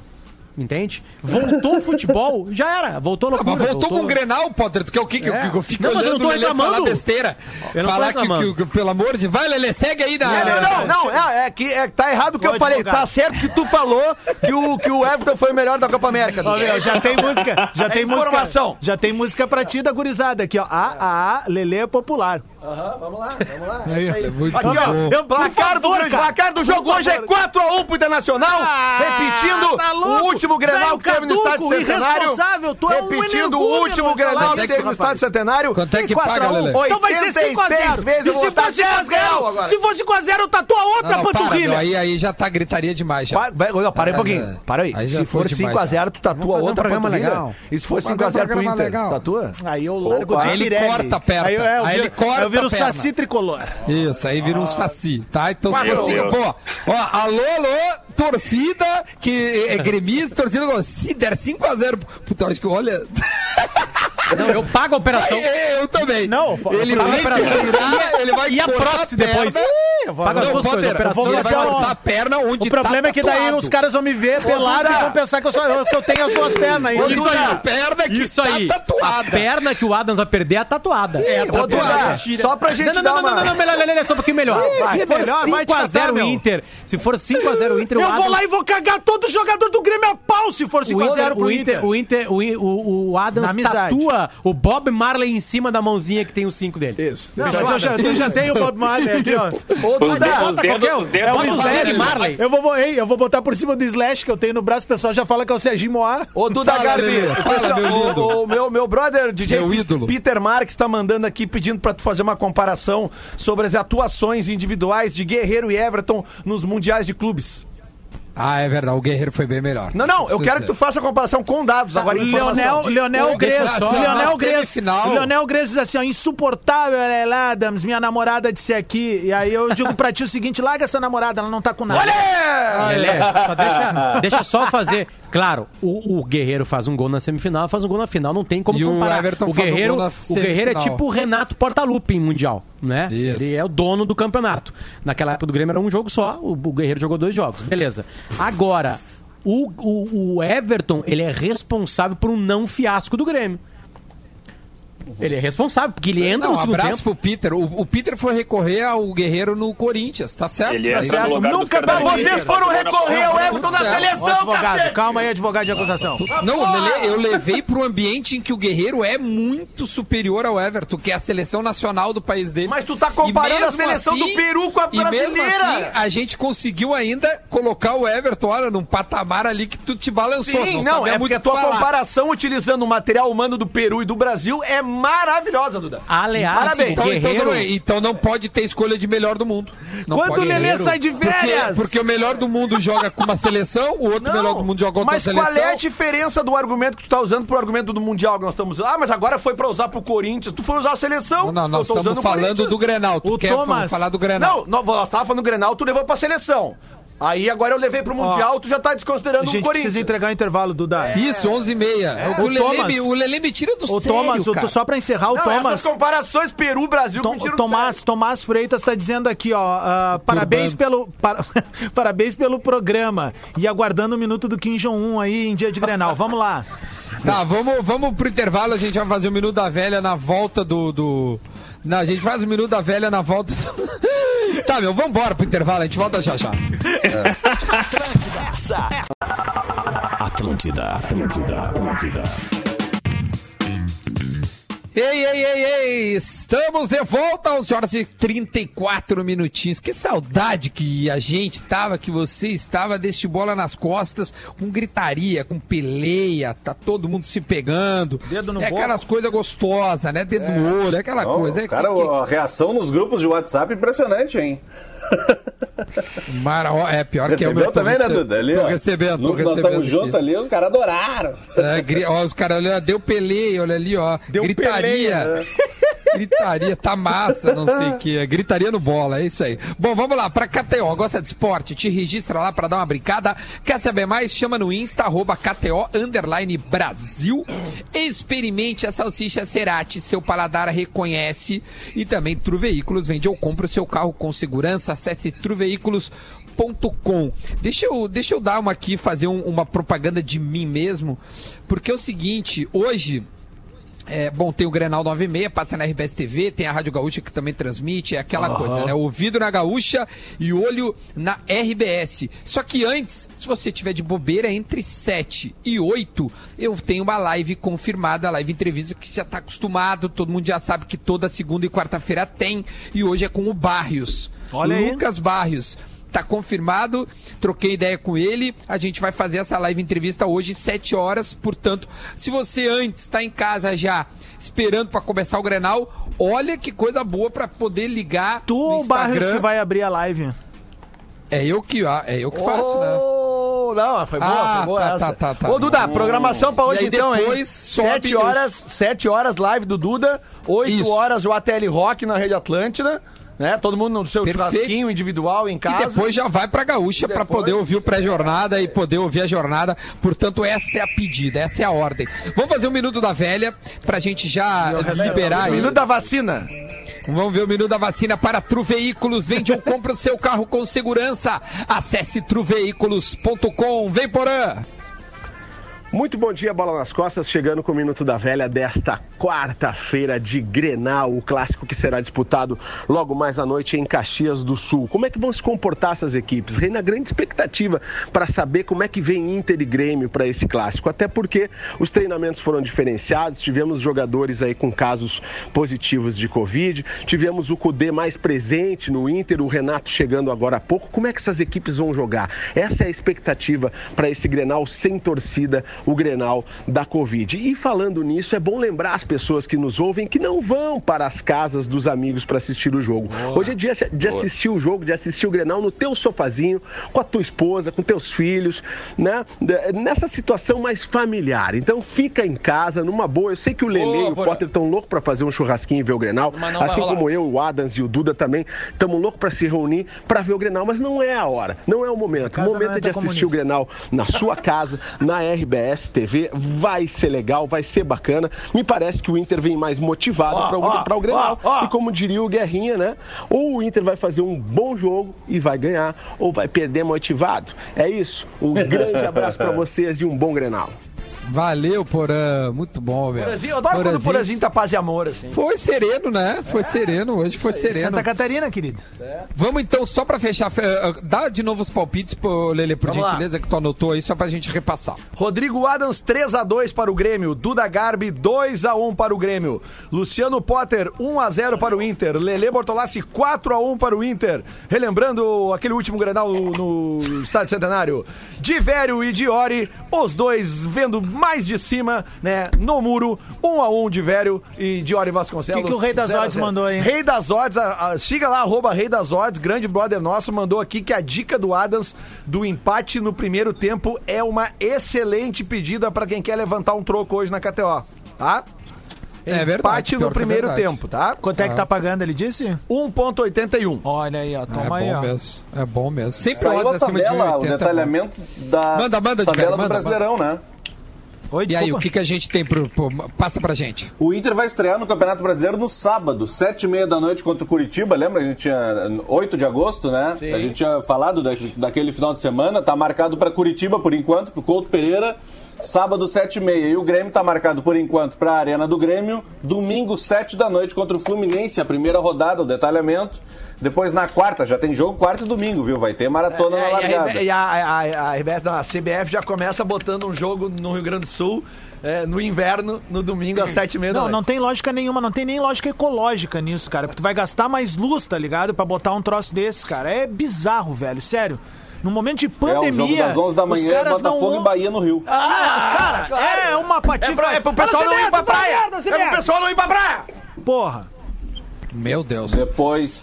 Speaker 4: Entende? Voltou o futebol, já era. Voltou no
Speaker 2: Ah, mas voltou com o Grenal, Potter, tu quer o quê? Que, eu-
Speaker 4: É.
Speaker 2: que eu fico
Speaker 4: Não, mas eu
Speaker 2: olhando
Speaker 4: não
Speaker 2: o
Speaker 4: tô
Speaker 2: Lelê falar
Speaker 4: reclamando.
Speaker 2: besteira.
Speaker 4: Eu não tô
Speaker 2: falar que,
Speaker 4: reclamando.
Speaker 2: que, que, pelo amor de... Vai, Lelê, segue aí da...
Speaker 6: É, não, não, não, é, é que é, que tá errado o que eu
Speaker 5: Ô,
Speaker 6: falei.
Speaker 5: advogado.
Speaker 6: Tá certo que tu falou que o, que o Everton foi o melhor da Copa América.
Speaker 5: Ó, meu, já tem música, já
Speaker 6: É
Speaker 5: tem
Speaker 6: informação.
Speaker 5: música. Já tem música pra ti da gurizada aqui, ó. A, a, Lele é popular.
Speaker 6: Aham, vamos lá, vamos lá.
Speaker 2: É muito
Speaker 6: Aqui,
Speaker 2: bom.
Speaker 6: ó,
Speaker 5: Eu-
Speaker 6: placar,
Speaker 5: por favor,
Speaker 6: do,
Speaker 5: cara.
Speaker 6: placar do jogo
Speaker 5: Por
Speaker 6: hoje é
Speaker 5: favor.
Speaker 6: 4x1 pro Internacional.
Speaker 5: Ah,
Speaker 6: repetindo
Speaker 5: tá
Speaker 6: o
Speaker 5: louco.
Speaker 6: último Grenal
Speaker 5: Velho
Speaker 6: que teve no
Speaker 5: caduco,
Speaker 6: Estádio Centenário.
Speaker 5: irresponsável, tu é um
Speaker 6: repetindo o
Speaker 5: energúmeno,
Speaker 6: último
Speaker 5: vou falar
Speaker 6: Grenal
Speaker 2: isso,
Speaker 6: que teve no
Speaker 5: rapaz.
Speaker 6: Estádio Centenário.
Speaker 2: Quanto é que paga, Lelê?
Speaker 5: Então vai ser 5 a
Speaker 6: 86
Speaker 5: 0.
Speaker 6: vezes, eu
Speaker 5: E
Speaker 6: vou
Speaker 5: se
Speaker 6: botar
Speaker 5: fosse 5 a
Speaker 6: 10
Speaker 5: 0,
Speaker 6: agora.
Speaker 5: se fosse 5 a 0,
Speaker 6: tá
Speaker 5: tatua outra
Speaker 2: Não, não, para, meu,
Speaker 5: panturrilha.
Speaker 2: aí, aí já tá gritaria demais já.
Speaker 6: Pa- vai- Não, para aí um
Speaker 2: É,
Speaker 6: pouquinho. Para aí.
Speaker 2: aí já
Speaker 6: se
Speaker 2: foi
Speaker 6: for
Speaker 2: demais,
Speaker 6: 5x0, tu tatua
Speaker 4: fazer um
Speaker 6: outra
Speaker 4: programa
Speaker 6: panturrilha.
Speaker 4: legal.
Speaker 6: E se for
Speaker 2: Vamos fazer um
Speaker 6: 5x0 pro
Speaker 2: programa
Speaker 6: Inter,
Speaker 2: legal.
Speaker 6: tatua?
Speaker 5: Aí eu largo
Speaker 2: Opa.
Speaker 5: de
Speaker 2: Ele
Speaker 5: Pirelli.
Speaker 2: corta a perna.
Speaker 5: Aí eu, é, eu
Speaker 2: Aí
Speaker 5: viro,
Speaker 2: ele corta
Speaker 5: eu viro
Speaker 2: a perna.
Speaker 5: saci tricolor.
Speaker 2: Isso, aí vira um saci, tá? Então se
Speaker 8: Ah. Meu
Speaker 2: você...
Speaker 8: Deus.
Speaker 2: Pô, ó, alô, alô, torcida, que é gremista, torcida... Se der 5x0... Puta, acho que, olha...
Speaker 4: Não, eu pago a operação.
Speaker 2: Eu também.
Speaker 5: Não,
Speaker 2: ele
Speaker 5: pra-
Speaker 2: vai
Speaker 4: pra-
Speaker 2: girar, ele vai
Speaker 4: E a
Speaker 2: cortar
Speaker 4: prótese
Speaker 2: perna,
Speaker 4: depois?
Speaker 5: eu vou-
Speaker 4: Paga as
Speaker 5: eu
Speaker 4: duas
Speaker 5: vou-
Speaker 4: coisas,
Speaker 5: eu
Speaker 4: operação
Speaker 5: vou
Speaker 4: e
Speaker 2: Ele vai
Speaker 5: fazer
Speaker 2: passar
Speaker 5: uma-
Speaker 2: a perna onde tá
Speaker 5: O
Speaker 4: tá
Speaker 5: problema é que daí os caras vão me ver pelado e vão pensar que eu, só, eu- que eu tenho as duas pernas. aí.
Speaker 2: Isso aí, perna que
Speaker 4: Isso aí.
Speaker 2: tá
Speaker 4: A
Speaker 2: tatuada.
Speaker 4: perna que o Adams vai perder é a tatuada. É, a
Speaker 6: Ô, Duda, só pra gente
Speaker 4: não, não,
Speaker 6: dar
Speaker 4: não,
Speaker 6: uma...
Speaker 4: não, não, não, melhor, melhor, melhor, só um pouquinho melhor.
Speaker 5: vai,
Speaker 4: se for
Speaker 5: melhor, vai te
Speaker 4: 5x0
Speaker 5: catar,
Speaker 4: o
Speaker 5: meu.
Speaker 4: Inter, se for 5x0 o Inter, o
Speaker 5: Eu
Speaker 4: Adams...
Speaker 5: vou lá e vou cagar todo jogador do Grêmio a pau se for
Speaker 4: O Inter,
Speaker 5: 5x0 pro
Speaker 4: o Inter,
Speaker 5: Inter.
Speaker 4: o Inter, o, I- o, o
Speaker 5: Na
Speaker 4: Adams
Speaker 5: amizade.
Speaker 4: tatua o Bob Marley em cima da mãozinha que tem o 5 dele.
Speaker 6: Isso.
Speaker 5: Não, mas eu já, eu já tenho o Bob Marley aqui, ó.
Speaker 6: Ô,
Speaker 8: Os,
Speaker 6: Duda,
Speaker 8: dedos, os dedos,
Speaker 4: qualquer um.
Speaker 8: os dedos.
Speaker 5: É o
Speaker 4: Bota o Zé
Speaker 5: Slash.
Speaker 4: de Marley.
Speaker 5: Eu vou, ei, eu vou botar por cima do Slash que eu tenho no braço, o pessoal já fala que é o Serginho Moá.
Speaker 6: Ô, Duda
Speaker 2: Fala,
Speaker 6: Garbi,
Speaker 2: Lelê.
Speaker 6: o
Speaker 2: Fala,
Speaker 6: pessoal-
Speaker 2: meu
Speaker 6: o-
Speaker 2: lindo.
Speaker 6: o meu, meu brother DJ
Speaker 2: Meu
Speaker 6: Pe-
Speaker 2: ídolo.
Speaker 6: Peter Marques tá mandando aqui pedindo pra tu fazer uma comparação sobre as atuações individuais de Guerreiro e Everton nos mundiais de clubes.
Speaker 2: Ah, é verdade, o Guerreiro foi bem melhor.
Speaker 6: Não, não, eu
Speaker 2: Precisa
Speaker 6: quero que tu
Speaker 2: dizer.
Speaker 6: faça a comparação com dados agora. informação.
Speaker 5: Tá, Leonel, Leonel
Speaker 2: Oi,
Speaker 5: Gresso,
Speaker 2: declaração
Speaker 4: assim,
Speaker 5: Leonel
Speaker 2: na
Speaker 5: Gresso,
Speaker 2: semifinal.
Speaker 5: Leonel Gresso diz assim, ó, insuportável, ela é Adams, minha namorada disse aqui, e aí eu digo pra ti o seguinte, larga essa namorada, ela não tá com nada.
Speaker 6: Olha!
Speaker 4: Lelé, só deixa, deixa só fazer. Claro, o, o Guerreiro faz um gol na semifinal, faz um gol na final, não tem como
Speaker 2: E o
Speaker 4: comparar.
Speaker 2: Everton
Speaker 4: o
Speaker 2: faz um
Speaker 4: Guerreiro,
Speaker 2: gol na
Speaker 4: o Guerreiro é
Speaker 2: semifinal.
Speaker 4: tipo o Renato Portaluppi em mundial, né?
Speaker 2: Isso.
Speaker 4: Ele é o dono do campeonato. Naquela época do Grêmio era um jogo só, o, o Guerreiro jogou dois jogos, beleza. Agora, o, o- o Everton, ele é responsável por um não fiasco do Grêmio. Ele é responsável, porque ele entra
Speaker 2: Não,
Speaker 4: no
Speaker 2: um
Speaker 4: segundo
Speaker 2: abraço pro
Speaker 4: tempo.
Speaker 2: Peter. O, o Peter foi recorrer ao Guerreiro no Corinthians, tá certo?
Speaker 8: Ele é
Speaker 2: tá
Speaker 8: entra no
Speaker 2: certo.
Speaker 8: lugar do
Speaker 5: Nunca pra
Speaker 8: Fernandinho,
Speaker 6: Vocês
Speaker 8: né?
Speaker 6: foram
Speaker 8: Jogou na
Speaker 6: recorrer ao Everton
Speaker 2: Tudo
Speaker 6: da
Speaker 2: certo.
Speaker 5: Ó,
Speaker 6: tá seleção,
Speaker 5: advogado,
Speaker 6: cacete!
Speaker 5: calma aí, advogado de acusação.
Speaker 2: Não, Lelê, eu levei pro ambiente em que o Guerreiro é muito superior ao Everton, que é a seleção nacional do país dele.
Speaker 6: Mas tu tá
Speaker 2: E
Speaker 6: comparando
Speaker 2: mesmo assim,
Speaker 6: a seleção do Peru com a
Speaker 2: e mesmo
Speaker 6: brasileira.
Speaker 2: assim, a gente conseguiu ainda colocar o Everton, olha, num patamar ali que tu te balançou.
Speaker 6: Sim, não,
Speaker 2: sabia muito
Speaker 6: é porque a
Speaker 2: o que
Speaker 6: tua
Speaker 2: falar.
Speaker 6: comparação utilizando o material humano do Peru e do Brasil é maravilhosa, Duda.
Speaker 4: Aliás,
Speaker 6: Parabéns.
Speaker 4: o
Speaker 2: Então, então,
Speaker 4: Guerreiro...
Speaker 2: não, então não pode ter escolha de melhor do mundo. Não
Speaker 5: Quando
Speaker 2: pode.
Speaker 5: o Lelê sai de férias!
Speaker 2: Porque, porque o melhor do mundo joga com uma seleção, o outro melhor do mundo joga com outra
Speaker 6: mas
Speaker 2: seleção.
Speaker 6: qual é a diferença do argumento que tu tá usando pro argumento do Mundial que nós estamos usando? Ah, mas agora foi pra usar pro Corinthians. Tu foi usar a seleção.
Speaker 2: Não, não, nós
Speaker 6: Eu tô
Speaker 2: estamos
Speaker 6: usando o
Speaker 2: falando do
Speaker 6: Corinthians.
Speaker 2: Grenal. Tu
Speaker 5: O
Speaker 2: quer
Speaker 5: Thomas-
Speaker 2: falar do Grenal?
Speaker 6: Não, nós, nós tava falando do Grenal, tu levou pra seleção. Aí agora eu levei pro Mundial, tu já tá desconsiderando
Speaker 5: A
Speaker 6: o
Speaker 5: gente precisa
Speaker 6: Corinthians.
Speaker 5: entregar o intervalo, Duda.
Speaker 2: Isso, 11 e meia. É. O,
Speaker 5: O
Speaker 2: Lelê
Speaker 5: Thomas-
Speaker 2: me, o Lelê me tira do
Speaker 5: O
Speaker 2: sério,
Speaker 5: Thomas, o-
Speaker 2: cara.
Speaker 5: só pra encerrar, o
Speaker 2: então,
Speaker 6: Não,
Speaker 5: Thomas...
Speaker 6: essas comparações Peru-Brasil que
Speaker 5: Tom-
Speaker 6: me tiram do
Speaker 5: Tomás,
Speaker 6: sério.
Speaker 5: Tomás Freitas está dizendo aqui, ó, ah, parabéns pelo par- parabéns pelo programa e aguardando o minuto do Kim Jong Un aí em dia de Grenal. Vamos lá.
Speaker 2: Tá, vamos, vamos pro intervalo, a gente vai fazer o Minuto da Velha na volta do... do... Não, a gente faz o Minuto da Velha na volta do... Tá, meu, vambora pro intervalo, a gente volta já já.
Speaker 1: Atlântida, Atlântida, Atlântida.
Speaker 2: Ei, ei, ei, ei, estamos de volta às horas e 34 minutinhos. Que saudade que a gente tava, que você estava deste bola nas costas, com gritaria, com peleia, tá todo mundo se pegando.
Speaker 5: Dedo no
Speaker 2: é
Speaker 5: boco.
Speaker 2: aquelas coisas gostosas, né? Dedo no olho, é aquela
Speaker 9: Não,
Speaker 2: coisa. É
Speaker 9: Então, cara,
Speaker 2: que-
Speaker 9: a reação nos grupos de WhatsApp é impressionante, hein?
Speaker 2: que- Mara- ó, é pior que é o
Speaker 9: Recebeu
Speaker 2: meu. tô
Speaker 9: também, né,
Speaker 2: recebendo,
Speaker 9: Duda? Ali,
Speaker 2: tô
Speaker 9: ó.
Speaker 2: recebendo, tô
Speaker 9: No- Nós
Speaker 2: recebendo
Speaker 9: estamos
Speaker 2: aqui.
Speaker 9: juntos ali, os caras adoraram.
Speaker 2: É, gri- ó, os caras olha, deu peleia, olha ali, ó. gritaria. Gritaria, tá massa, não sei o que. Gritaria no bola, é isso aí. Bom, vamos lá, pra KTO, gosta de esporte? Te registra lá pra dar uma brincada. Quer saber mais? Chama no Insta, arroba KTO, underline Brasil. Experimente a salsicha Cerati, seu paladar reconhece. E também Tru Veículos, vende ou compra o seu carro com segurança. Acesse truveículos.com com. Deixa eu, deixa eu dar uma aqui, fazer um- uma propaganda de mim mesmo, porque é o seguinte, hoje é, bom, tem o Grenal 96, passa na RBS TV, tem a Rádio Gaúcha que também transmite, é aquela coisa, né? Ouvido na Gaúcha e olho na RBS. Só que antes, se você tiver de bobeira, entre 7 e 8, eu tenho uma live confirmada, a live entrevista que já tá acostumado, todo mundo já sabe que toda segunda e quarta-feira tem, e hoje é com o Barrios.
Speaker 5: Olha aí.
Speaker 2: Lucas Barrios. Tá confirmado, troquei ideia com ele. A gente vai fazer essa live entrevista hoje, 7 horas. Portanto, se você antes está em casa já esperando para começar o Grenal, olha que coisa boa para poder ligar
Speaker 5: Tu
Speaker 2: no
Speaker 5: ou o Barrios
Speaker 2: Instagram.
Speaker 5: que vai abrir a live?
Speaker 2: É eu que ah, é eu que faço, né?
Speaker 6: Ô, Oh, Não, foi boa,
Speaker 2: Ah,
Speaker 6: foi boa
Speaker 2: tá,
Speaker 6: essa.
Speaker 2: tá, tá, tá.
Speaker 6: Ô, Duda, programação pra hoje
Speaker 2: E aí
Speaker 6: então, hein?
Speaker 2: depois sobe
Speaker 6: Sete
Speaker 2: os-
Speaker 6: horas, sete horas live do Duda, oito
Speaker 2: Isso.
Speaker 6: horas o ATL Rock na Rede Atlântida, né? Todo mundo no seu
Speaker 2: Perfeito.
Speaker 6: churrasquinho individual em casa.
Speaker 2: E depois já vai pra Gaúcha pra poder ouvir o pré-jornada e poder ouvir a jornada. Portanto, essa é a pedida, essa é a
Speaker 5: é
Speaker 2: ordem. Vamos fazer um minuto da velha pra gente já liberar aí.
Speaker 6: Minuto da vacina.
Speaker 2: Vamos ver o menu da vacina para Truveículos. Vende ou compra o seu carro com segurança. Acesse truveículos.com. Vem, Porã!
Speaker 7: Muito bom dia, Bola nas Costas, chegando com o Minuto da Velha desta quarta-feira de Grenal, o clássico que será disputado logo mais à noite em Caxias do Sul. Como é que vão se comportar essas equipes? Reina grande expectativa para saber como é que vem Inter e Grêmio para esse clássico, até porque os treinamentos foram diferenciados, tivemos jogadores aí com casos positivos de Covid, tivemos o Cudê mais presente no Inter, o Renato chegando agora há pouco. Como é que essas equipes vão jogar? Essa é a expectativa para esse Grenal sem torcida, o Grenal da Covid. E falando nisso, é bom lembrar as pessoas que nos ouvem que não vão para as casas dos amigos para assistir o jogo. Hoje é dia de assistir o jogo, de assistir o Grenal no teu sofazinho, com a tua esposa, com teus filhos, né? Nessa situação mais familiar. Então fica em casa, numa boa. Eu sei que o Lele e o Potter estão loucos para fazer um churrasquinho e ver o Grenal, assim como eu, o Adams e o Duda também estamos loucos para se reunir para ver o Grenal, mas não é a hora, não é o momento. O
Speaker 5: casa
Speaker 7: momento
Speaker 5: não
Speaker 7: é
Speaker 5: é da
Speaker 7: de assistir o
Speaker 5: comunista.
Speaker 7: Grenal. Grenal na sua casa, na RBS TV. Vai ser legal, vai ser bacana. Me parece que o Inter vem mais motivado para o, pra o Grenal. E como diria o Guerrinha, né? Ou o Inter vai fazer um bom jogo e vai ganhar, ou vai perder motivado. É isso. Um grande abraço para vocês e um bom Grenal.
Speaker 2: Valeu, Porã. Muito bom, velho.
Speaker 6: Porazinho, eu adoro quando o Porazinho tá É. paz e amor, assim.
Speaker 2: Foi sereno, né? Foi sereno. Hoje foi sereno.
Speaker 5: Santa Catarina, querido.
Speaker 2: Vamos então, só pra fechar, eh, eh, dá de novo os palpites, pro Lele, por
Speaker 6: Vamos lá.
Speaker 2: gentileza, que tu anotou aí, só pra gente repassar.
Speaker 6: Rodrigo Adams 3 a 2 para o Grêmio, Duda Garbi 2 a 1 para o Grêmio, Luciano Potter 1 a 0 para o Inter, Lele Bortolassi 4 a 1 para o Inter. Relembrando aquele último Grenal no, no Estádio Centenário, Divério e Diori, os dois vendo mais de cima, né, no muro, 1 a 1 Divério e Diori Vasconcelos.
Speaker 5: Que que o Rei das
Speaker 6: 0 a
Speaker 5: Odds
Speaker 6: 0.
Speaker 5: mandou aí?
Speaker 6: Rei das Odds, a- a- siga lá, arroba Rei das Odds, grande brother nosso, mandou aqui que a dica do Adams do empate no primeiro tempo é uma excelente pedida pra quem quer levantar um troco hoje na KTO, tá?
Speaker 2: É verdade,
Speaker 6: Empate
Speaker 2: pior
Speaker 6: no
Speaker 2: que é
Speaker 6: primeiro
Speaker 2: verdade.
Speaker 6: tempo, tá?
Speaker 5: Quanto é que tá pagando, ele disse?
Speaker 6: 1.81.
Speaker 5: Olha aí, ó. Toma
Speaker 2: é
Speaker 5: aí,
Speaker 2: bom
Speaker 5: ó.
Speaker 2: mesmo. É bom mesmo. Sempre
Speaker 9: Saiu
Speaker 2: odds
Speaker 9: a
Speaker 2: acima de
Speaker 9: tabela, o
Speaker 2: 1,80. mano.
Speaker 9: detalhamento da
Speaker 2: Manda, manda,
Speaker 9: tabela
Speaker 2: Diego,
Speaker 9: do
Speaker 2: manda,
Speaker 9: Brasileirão, né?
Speaker 5: Oi,
Speaker 2: E
Speaker 5: desculpa.
Speaker 2: aí, o que, que a gente tem pro. pro- Passa pra gente.
Speaker 9: O Inter vai estrear no Campeonato Brasileiro no sábado, sete e meia da noite contra o Curitiba. Lembra? A gente tinha 8 de agosto, né? A gente tinha falado da- daquele final de semana. Tá marcado para Curitiba por enquanto, pro Couto Pereira. Sábado, sete e meia. E o Grêmio tá marcado por enquanto para a Arena do Grêmio. Domingo, sete da noite contra o Fluminense, a primeira rodada, o detalhamento. Depois na quarta, já tem jogo quarta e domingo, viu? Vai ter maratona na
Speaker 6: É, e a,
Speaker 9: largada.
Speaker 6: RB e a, a, a, RBS não, a CBF já começa botando um jogo no Rio Grande do Sul é, no inverno, no domingo às sete e meia da
Speaker 5: Não,
Speaker 6: noite.
Speaker 5: não tem lógica nenhuma, não tem nem lógica ecológica nisso, cara. Porque tu vai gastar mais luz, tá ligado? Pra botar um troço desse, cara. É bizarro, velho, sério. No momento de
Speaker 9: É, o jogo
Speaker 5: pandemia,
Speaker 9: das 11 da manhã,
Speaker 5: os
Speaker 9: é
Speaker 5: caras não...
Speaker 9: Botafogo e Bahia no Rio.
Speaker 6: Ah,
Speaker 5: Cara, é uma
Speaker 6: É,
Speaker 5: patifa...
Speaker 6: pra, é pro pessoal
Speaker 5: Fala,
Speaker 6: não ir pra
Speaker 5: Beto, fala
Speaker 6: praia!
Speaker 5: merda, você
Speaker 6: É pro
Speaker 5: merda.
Speaker 6: pessoal não ir pra praia!
Speaker 5: Porra.
Speaker 2: Meu Deus.
Speaker 9: Depois,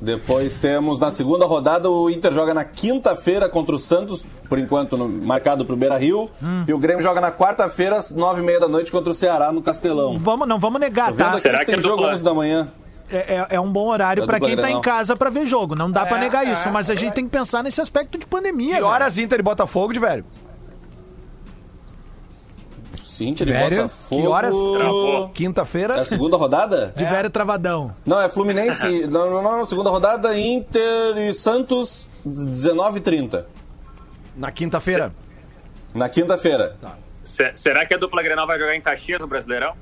Speaker 9: depois temos na segunda rodada o Inter joga na quinta-feira contra o Santos, por enquanto no- marcado para o Beira Rio,
Speaker 8: Hum.
Speaker 9: e o Grêmio joga na quarta-feira às nove e meia da noite contra o Ceará no Castelão.
Speaker 5: Vamos, não vamos negar,
Speaker 9: Vendo
Speaker 5: tá?
Speaker 9: aqui
Speaker 8: Será
Speaker 9: se
Speaker 8: que
Speaker 9: tem
Speaker 8: é
Speaker 9: jogo
Speaker 8: dupla?
Speaker 9: 11 da manhã?
Speaker 5: É, é- é um bom horário
Speaker 9: Da
Speaker 5: pra
Speaker 9: dupla
Speaker 5: quem tá em
Speaker 9: Grenal.
Speaker 5: casa pra ver jogo. Não dá
Speaker 6: É,
Speaker 5: pra negar isso, mas a gente tem que pensar nesse aspecto de pandemia.
Speaker 6: Que
Speaker 5: velho.
Speaker 6: horas Inter e Botafogo, de velho?
Speaker 9: Sim, Inter e
Speaker 2: Sério?
Speaker 9: Botafogo.
Speaker 6: Que horas?
Speaker 8: Travou.
Speaker 9: É a
Speaker 4: assim.
Speaker 6: Quinta-feira.
Speaker 9: segunda rodada?
Speaker 8: É.
Speaker 5: De velho travadão.
Speaker 9: Não, é Fluminense. não, não, não, segunda rodada Inter e Santos 19h30.
Speaker 6: Na quinta-feira.
Speaker 9: Na quinta-feira.
Speaker 8: Se- será que a dupla Grenal vai jogar em Caxias no Brasileirão?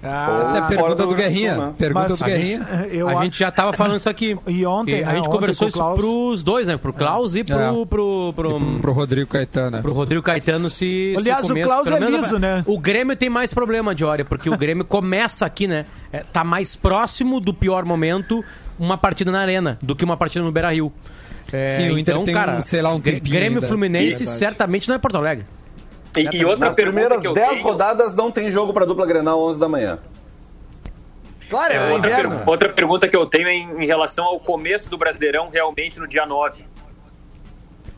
Speaker 5: Ah,
Speaker 2: Essa é a
Speaker 9: fora
Speaker 2: pergunta do
Speaker 9: do Rio Grande do
Speaker 2: Guerrinha.
Speaker 9: Sul, né?
Speaker 2: Pergunta
Speaker 5: Mas-
Speaker 2: do Guerrinha.
Speaker 5: eu
Speaker 4: a
Speaker 5: acho-
Speaker 4: gente já tava falando isso aqui.
Speaker 5: E ontem,
Speaker 4: Que
Speaker 5: ah,
Speaker 4: a gente
Speaker 5: ontem com
Speaker 4: conversou
Speaker 5: o
Speaker 4: isso
Speaker 5: Klaus.
Speaker 4: pros dois, né? Pro Klaus e pro,
Speaker 2: É.
Speaker 4: pro, pro,
Speaker 2: Pro Rodrigo Caetano.
Speaker 4: pro Rodrigo Caetano se. se
Speaker 5: Aliás, o
Speaker 4: começa.
Speaker 5: Klaus é
Speaker 4: Pelo menos-
Speaker 5: liso, né?
Speaker 4: O Grêmio tem mais problema, Diória, porque o Grêmio começa aqui, né? É, tá mais próximo do pior momento uma partida na Arena do que uma partida no Beira Rio. É, então,
Speaker 2: Sim, o Inter tem um, sei lá, um tempinho
Speaker 4: Grêmio
Speaker 2: ainda.
Speaker 4: Fluminense
Speaker 2: Verdade. Tá
Speaker 4: certamente não é Porto Alegre.
Speaker 8: E- E, outra
Speaker 9: Nas
Speaker 8: pergunta
Speaker 9: primeiras
Speaker 8: que eu
Speaker 9: 10
Speaker 8: tenho...
Speaker 9: rodadas não tem jogo para dupla Grenal 11 da manhã.
Speaker 6: Claro, é, o
Speaker 8: Outra, per-
Speaker 6: inverno.
Speaker 8: outra pergunta que eu tenho é em, em relação ao começo do Brasileirão realmente no dia 9.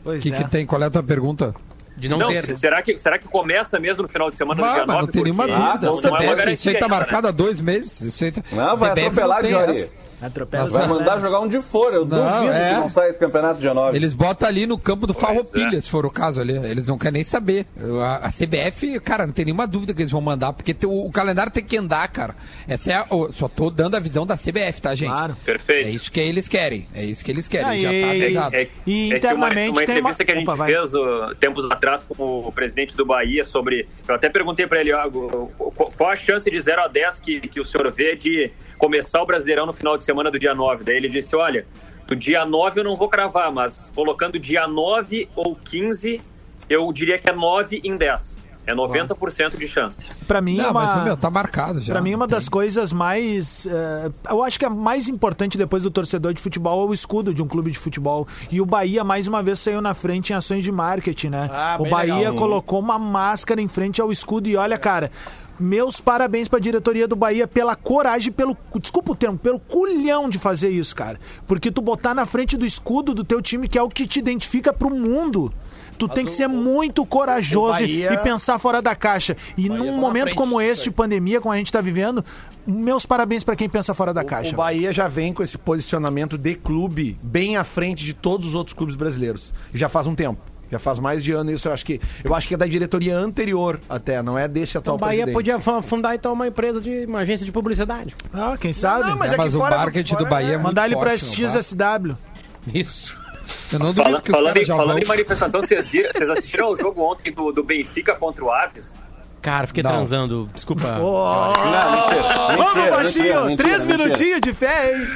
Speaker 5: Pois
Speaker 2: O que,
Speaker 5: é.
Speaker 2: que tem? Qual é a tua pergunta?
Speaker 4: De não,
Speaker 8: Não,
Speaker 4: ter.
Speaker 8: se- será, que, será que começa mesmo no final de semana
Speaker 2: Bah,
Speaker 8: no dia
Speaker 2: mas
Speaker 8: 9?
Speaker 2: não tem nenhuma
Speaker 10: Ah,
Speaker 8: Porque-
Speaker 2: dúvida.
Speaker 8: não,
Speaker 2: Você
Speaker 8: não é uma
Speaker 2: deve, isso
Speaker 8: garantia
Speaker 2: aí tá
Speaker 8: ainda, né?
Speaker 2: marcado há dois meses. Isso aí tá...
Speaker 9: Não, vai
Speaker 2: CBF
Speaker 9: atropelar,
Speaker 2: tem
Speaker 9: Diori.
Speaker 2: essa.
Speaker 5: Atropela
Speaker 9: Vai
Speaker 5: os
Speaker 9: mandar jogar onde for. Eu duvido
Speaker 2: é.
Speaker 9: que Né? não saia esse campeonato dia 9.
Speaker 2: Eles botam ali no campo do Farroupilha,
Speaker 8: é.
Speaker 2: se for o caso ali. Eles não querem nem saber. A, a CBF, cara, não tem nenhuma dúvida que eles vão mandar, porque tem- o, o calendário tem que andar, cara. Essa é a- o- só tô dando a visão da CBF, tá, gente?
Speaker 5: Claro.
Speaker 2: É
Speaker 10: Perfeito.
Speaker 2: isso que eles querem. É isso que eles querem.
Speaker 5: Ah,
Speaker 2: Já
Speaker 5: e-
Speaker 2: tá avisado.
Speaker 10: É,
Speaker 5: E
Speaker 10: é que uma,
Speaker 5: internamente
Speaker 10: uma
Speaker 5: tem uma-
Speaker 10: entrevista que a gente
Speaker 5: Opa, vai.
Speaker 10: fez ó, tempos atrás com o presidente do Bahia sobre. Eu até perguntei para ele ó, qual qual a chance de 0 a 10 que, que o senhor vê de começar o Brasileirão no final de semana do dia 9. Daí ele disse: olha, do dia 9 eu não vou cravar, mas colocando dia 9 ou 15, eu diria que é 9 em 10. É 90% de chance.
Speaker 5: Pra mim, é
Speaker 2: Não,
Speaker 5: uma...
Speaker 2: mas meu, tá marcado já.
Speaker 5: Pra mim, uma das coisas mais. eh, eu acho que a mais importante depois do torcedor de futebol é o escudo de um clube de futebol. E o Bahia, mais uma vez, saiu na frente em ações de marketing, né?
Speaker 6: Ah,
Speaker 5: o
Speaker 6: bem
Speaker 5: Bahia
Speaker 6: legal.
Speaker 5: colocou uma máscara em frente ao escudo e olha, cara. Meus parabéns pra diretoria do Bahia pela coragem, pelo. Desculpa o termo, pelo culhão de fazer isso, cara. Porque tu botar na frente do escudo do teu time, que é o que te identifica pro mundo. Tu tem que ser muito corajoso e-
Speaker 6: Bahia-
Speaker 5: e pensar fora da caixa. E
Speaker 6: tá
Speaker 5: num
Speaker 6: na
Speaker 5: momento
Speaker 6: frente
Speaker 5: como
Speaker 6: disso
Speaker 5: este, de pandemia, como a gente tá vivendo, meus parabéns pra quem pensa fora da caixa.
Speaker 6: O Bahia já vem com esse posicionamento de clube bem à frente de todos os outros clubes brasileiros. Já faz um tempo. Já faz mais de ano isso, eu acho que. Eu acho que é da diretoria anterior até, não é deste atual
Speaker 4: Então, o Bahia
Speaker 6: presidente.
Speaker 4: podia fa- fundar então uma empresa de uma agência de publicidade.
Speaker 5: Ah, quem sabe?
Speaker 6: Não, mas
Speaker 2: É,
Speaker 6: é
Speaker 2: mas
Speaker 6: que
Speaker 2: o
Speaker 6: fora-
Speaker 2: marketing
Speaker 6: fora-
Speaker 2: do Bahia é muito
Speaker 5: Mandar ele pra
Speaker 2: forte, não dá?
Speaker 5: SXSW.
Speaker 4: Isso.
Speaker 2: Eu não duvido
Speaker 10: Fala-
Speaker 2: que os
Speaker 10: falando, em,
Speaker 2: caras já vão.
Speaker 10: falando em manifestação, vocês, viram, vocês assistiram ao jogo ontem do, do Benfica contra o Aves?
Speaker 4: Cara, fiquei transando. Desculpa.
Speaker 9: Não, mentira,
Speaker 5: Vamos,
Speaker 9: mentira,
Speaker 5: baixinho!
Speaker 9: mentira,
Speaker 5: Três
Speaker 9: mentira.
Speaker 5: minutinhos de fé, hein?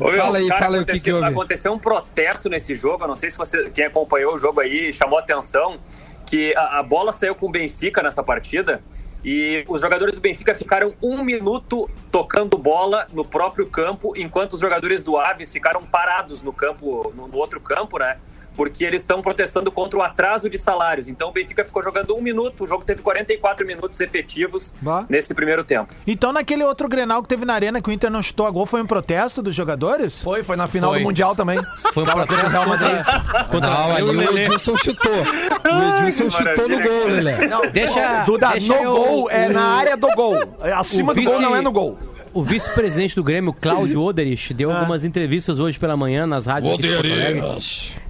Speaker 10: Ô, meu,
Speaker 2: Fala aí, fala aí o que que
Speaker 10: aconteceu-
Speaker 2: houve.
Speaker 10: Aconteceu um protesto nesse jogo, eu não sei se você, quem acompanhou o jogo aí chamou atenção, que a, a bola saiu com o Benfica nessa partida e os jogadores do Benfica ficaram um minuto tocando bola no próprio campo, enquanto os jogadores do Aves ficaram parados no campo, no, no outro campo, né? Porque eles estão protestando contra o atraso de salários. Então o Benfica ficou jogando um minuto, o jogo teve 44 minutos efetivos
Speaker 5: Bah.
Speaker 10: nesse primeiro tempo.
Speaker 5: Então, naquele outro Grenal que teve na arena que o Inter não chutou a gol, foi um protesto dos jogadores?
Speaker 6: Foi, foi na final
Speaker 4: Foi.
Speaker 6: do Mundial também.
Speaker 4: Foi um protesto contra, contra
Speaker 2: Não, ali
Speaker 4: eu e
Speaker 2: o
Speaker 4: Lelê.
Speaker 2: Edilson chutou. O Edilson chutou no gol, Lelé.
Speaker 4: Deixa,
Speaker 6: Duda,
Speaker 4: deixa
Speaker 6: no
Speaker 4: eu-
Speaker 6: gol, é
Speaker 4: o-
Speaker 6: na área do gol. É acima
Speaker 4: o
Speaker 6: do gol,
Speaker 4: vice-
Speaker 6: não é no gol.
Speaker 4: O vice-presidente do Grêmio, Cláudio Oderich, deu algumas entrevistas hoje pela manhã nas rádios aqui de Porto Alegre,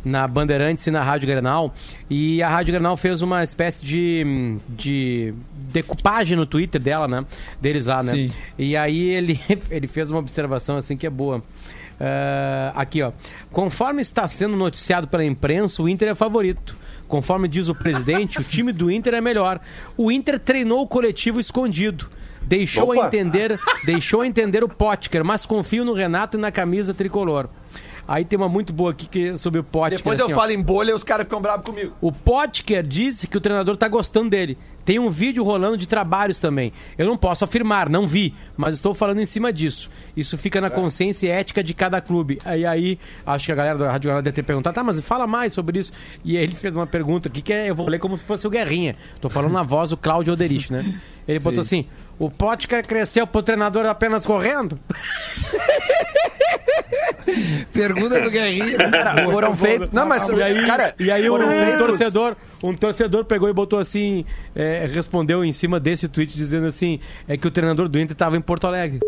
Speaker 4: na Bandeirantes e na Rádio Grenal. E a Rádio Grenal fez uma espécie de, de decupagem no Twitter dela, né? Deles lá, né?
Speaker 2: Sim.
Speaker 4: E aí ele, ele fez uma observação assim que é boa. Ah, aqui, ó. Conforme está sendo noticiado pela imprensa, o Inter é favorito. Conforme diz o presidente, o time do Inter é melhor. O Inter treinou o coletivo escondido. Deixou a
Speaker 9: Opa!
Speaker 4: entender, deixou a entender o Potker, mas confio no Renato e na camisa tricolor. Aí tem uma muito boa aqui que, é sobre o Potker.
Speaker 6: Depois eu
Speaker 4: assim, ó.
Speaker 6: falo em bolha e os caras ficam bravos comigo.
Speaker 4: O Potker disse que o treinador tá gostando dele. Tem um vídeo rolando de trabalhos também. Eu não posso afirmar, não vi, mas estou falando em cima disso. Isso fica na consciência e ética de cada clube. Aí, aí acho que a galera da Rádio Granada deve ter perguntado, tá, mas fala mais sobre isso. E aí ele fez uma pergunta aqui que é- eu vou ler como se fosse o Guerrinha. Tô falando na voz do Cláudio Oderich, né? Ele botou assim, o Potker cresceu pro treinador apenas correndo?
Speaker 2: Pergunta do né, Guerrinho.
Speaker 6: Cara, foram feitos. Não, mas,
Speaker 4: E aí,
Speaker 6: cara,
Speaker 4: e aí um,
Speaker 6: foram
Speaker 4: um
Speaker 6: feitos-
Speaker 4: torcedor, um torcedor pegou e botou assim, é, respondeu em cima desse tweet dizendo assim, é que o treinador do Inter estava em Porto Alegre.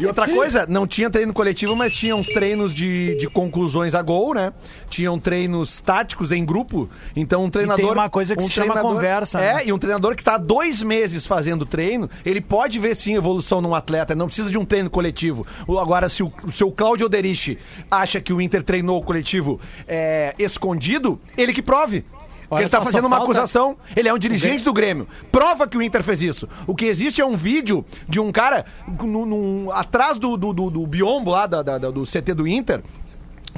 Speaker 6: E outra coisa, não tinha treino coletivo, mas tinha uns treinos de, de conclusões a gol, né? Tinham treinos táticos em grupo. Então um treinador.
Speaker 5: tem uma coisa que
Speaker 6: um
Speaker 5: se chama conversa,
Speaker 6: É,
Speaker 5: né?
Speaker 6: e um treinador que tá há dois meses fazendo treino, ele pode ver sim evolução num atleta. Não precisa de um treino coletivo. O- Agora, se o, se o Claudio Oderich acha que o Inter treinou o coletivo é, escondido, ele que prove. Porque
Speaker 4: Olha
Speaker 6: ele tá
Speaker 4: só, só
Speaker 6: fazendo uma
Speaker 4: falta-
Speaker 6: acusação. Então, Ele é um dirigente do Grêmio. Prova que o Inter fez isso. O que existe é um vídeo de um cara no- num- atrás do, do, do- do biombo lá da- da- da- do CT do Inter.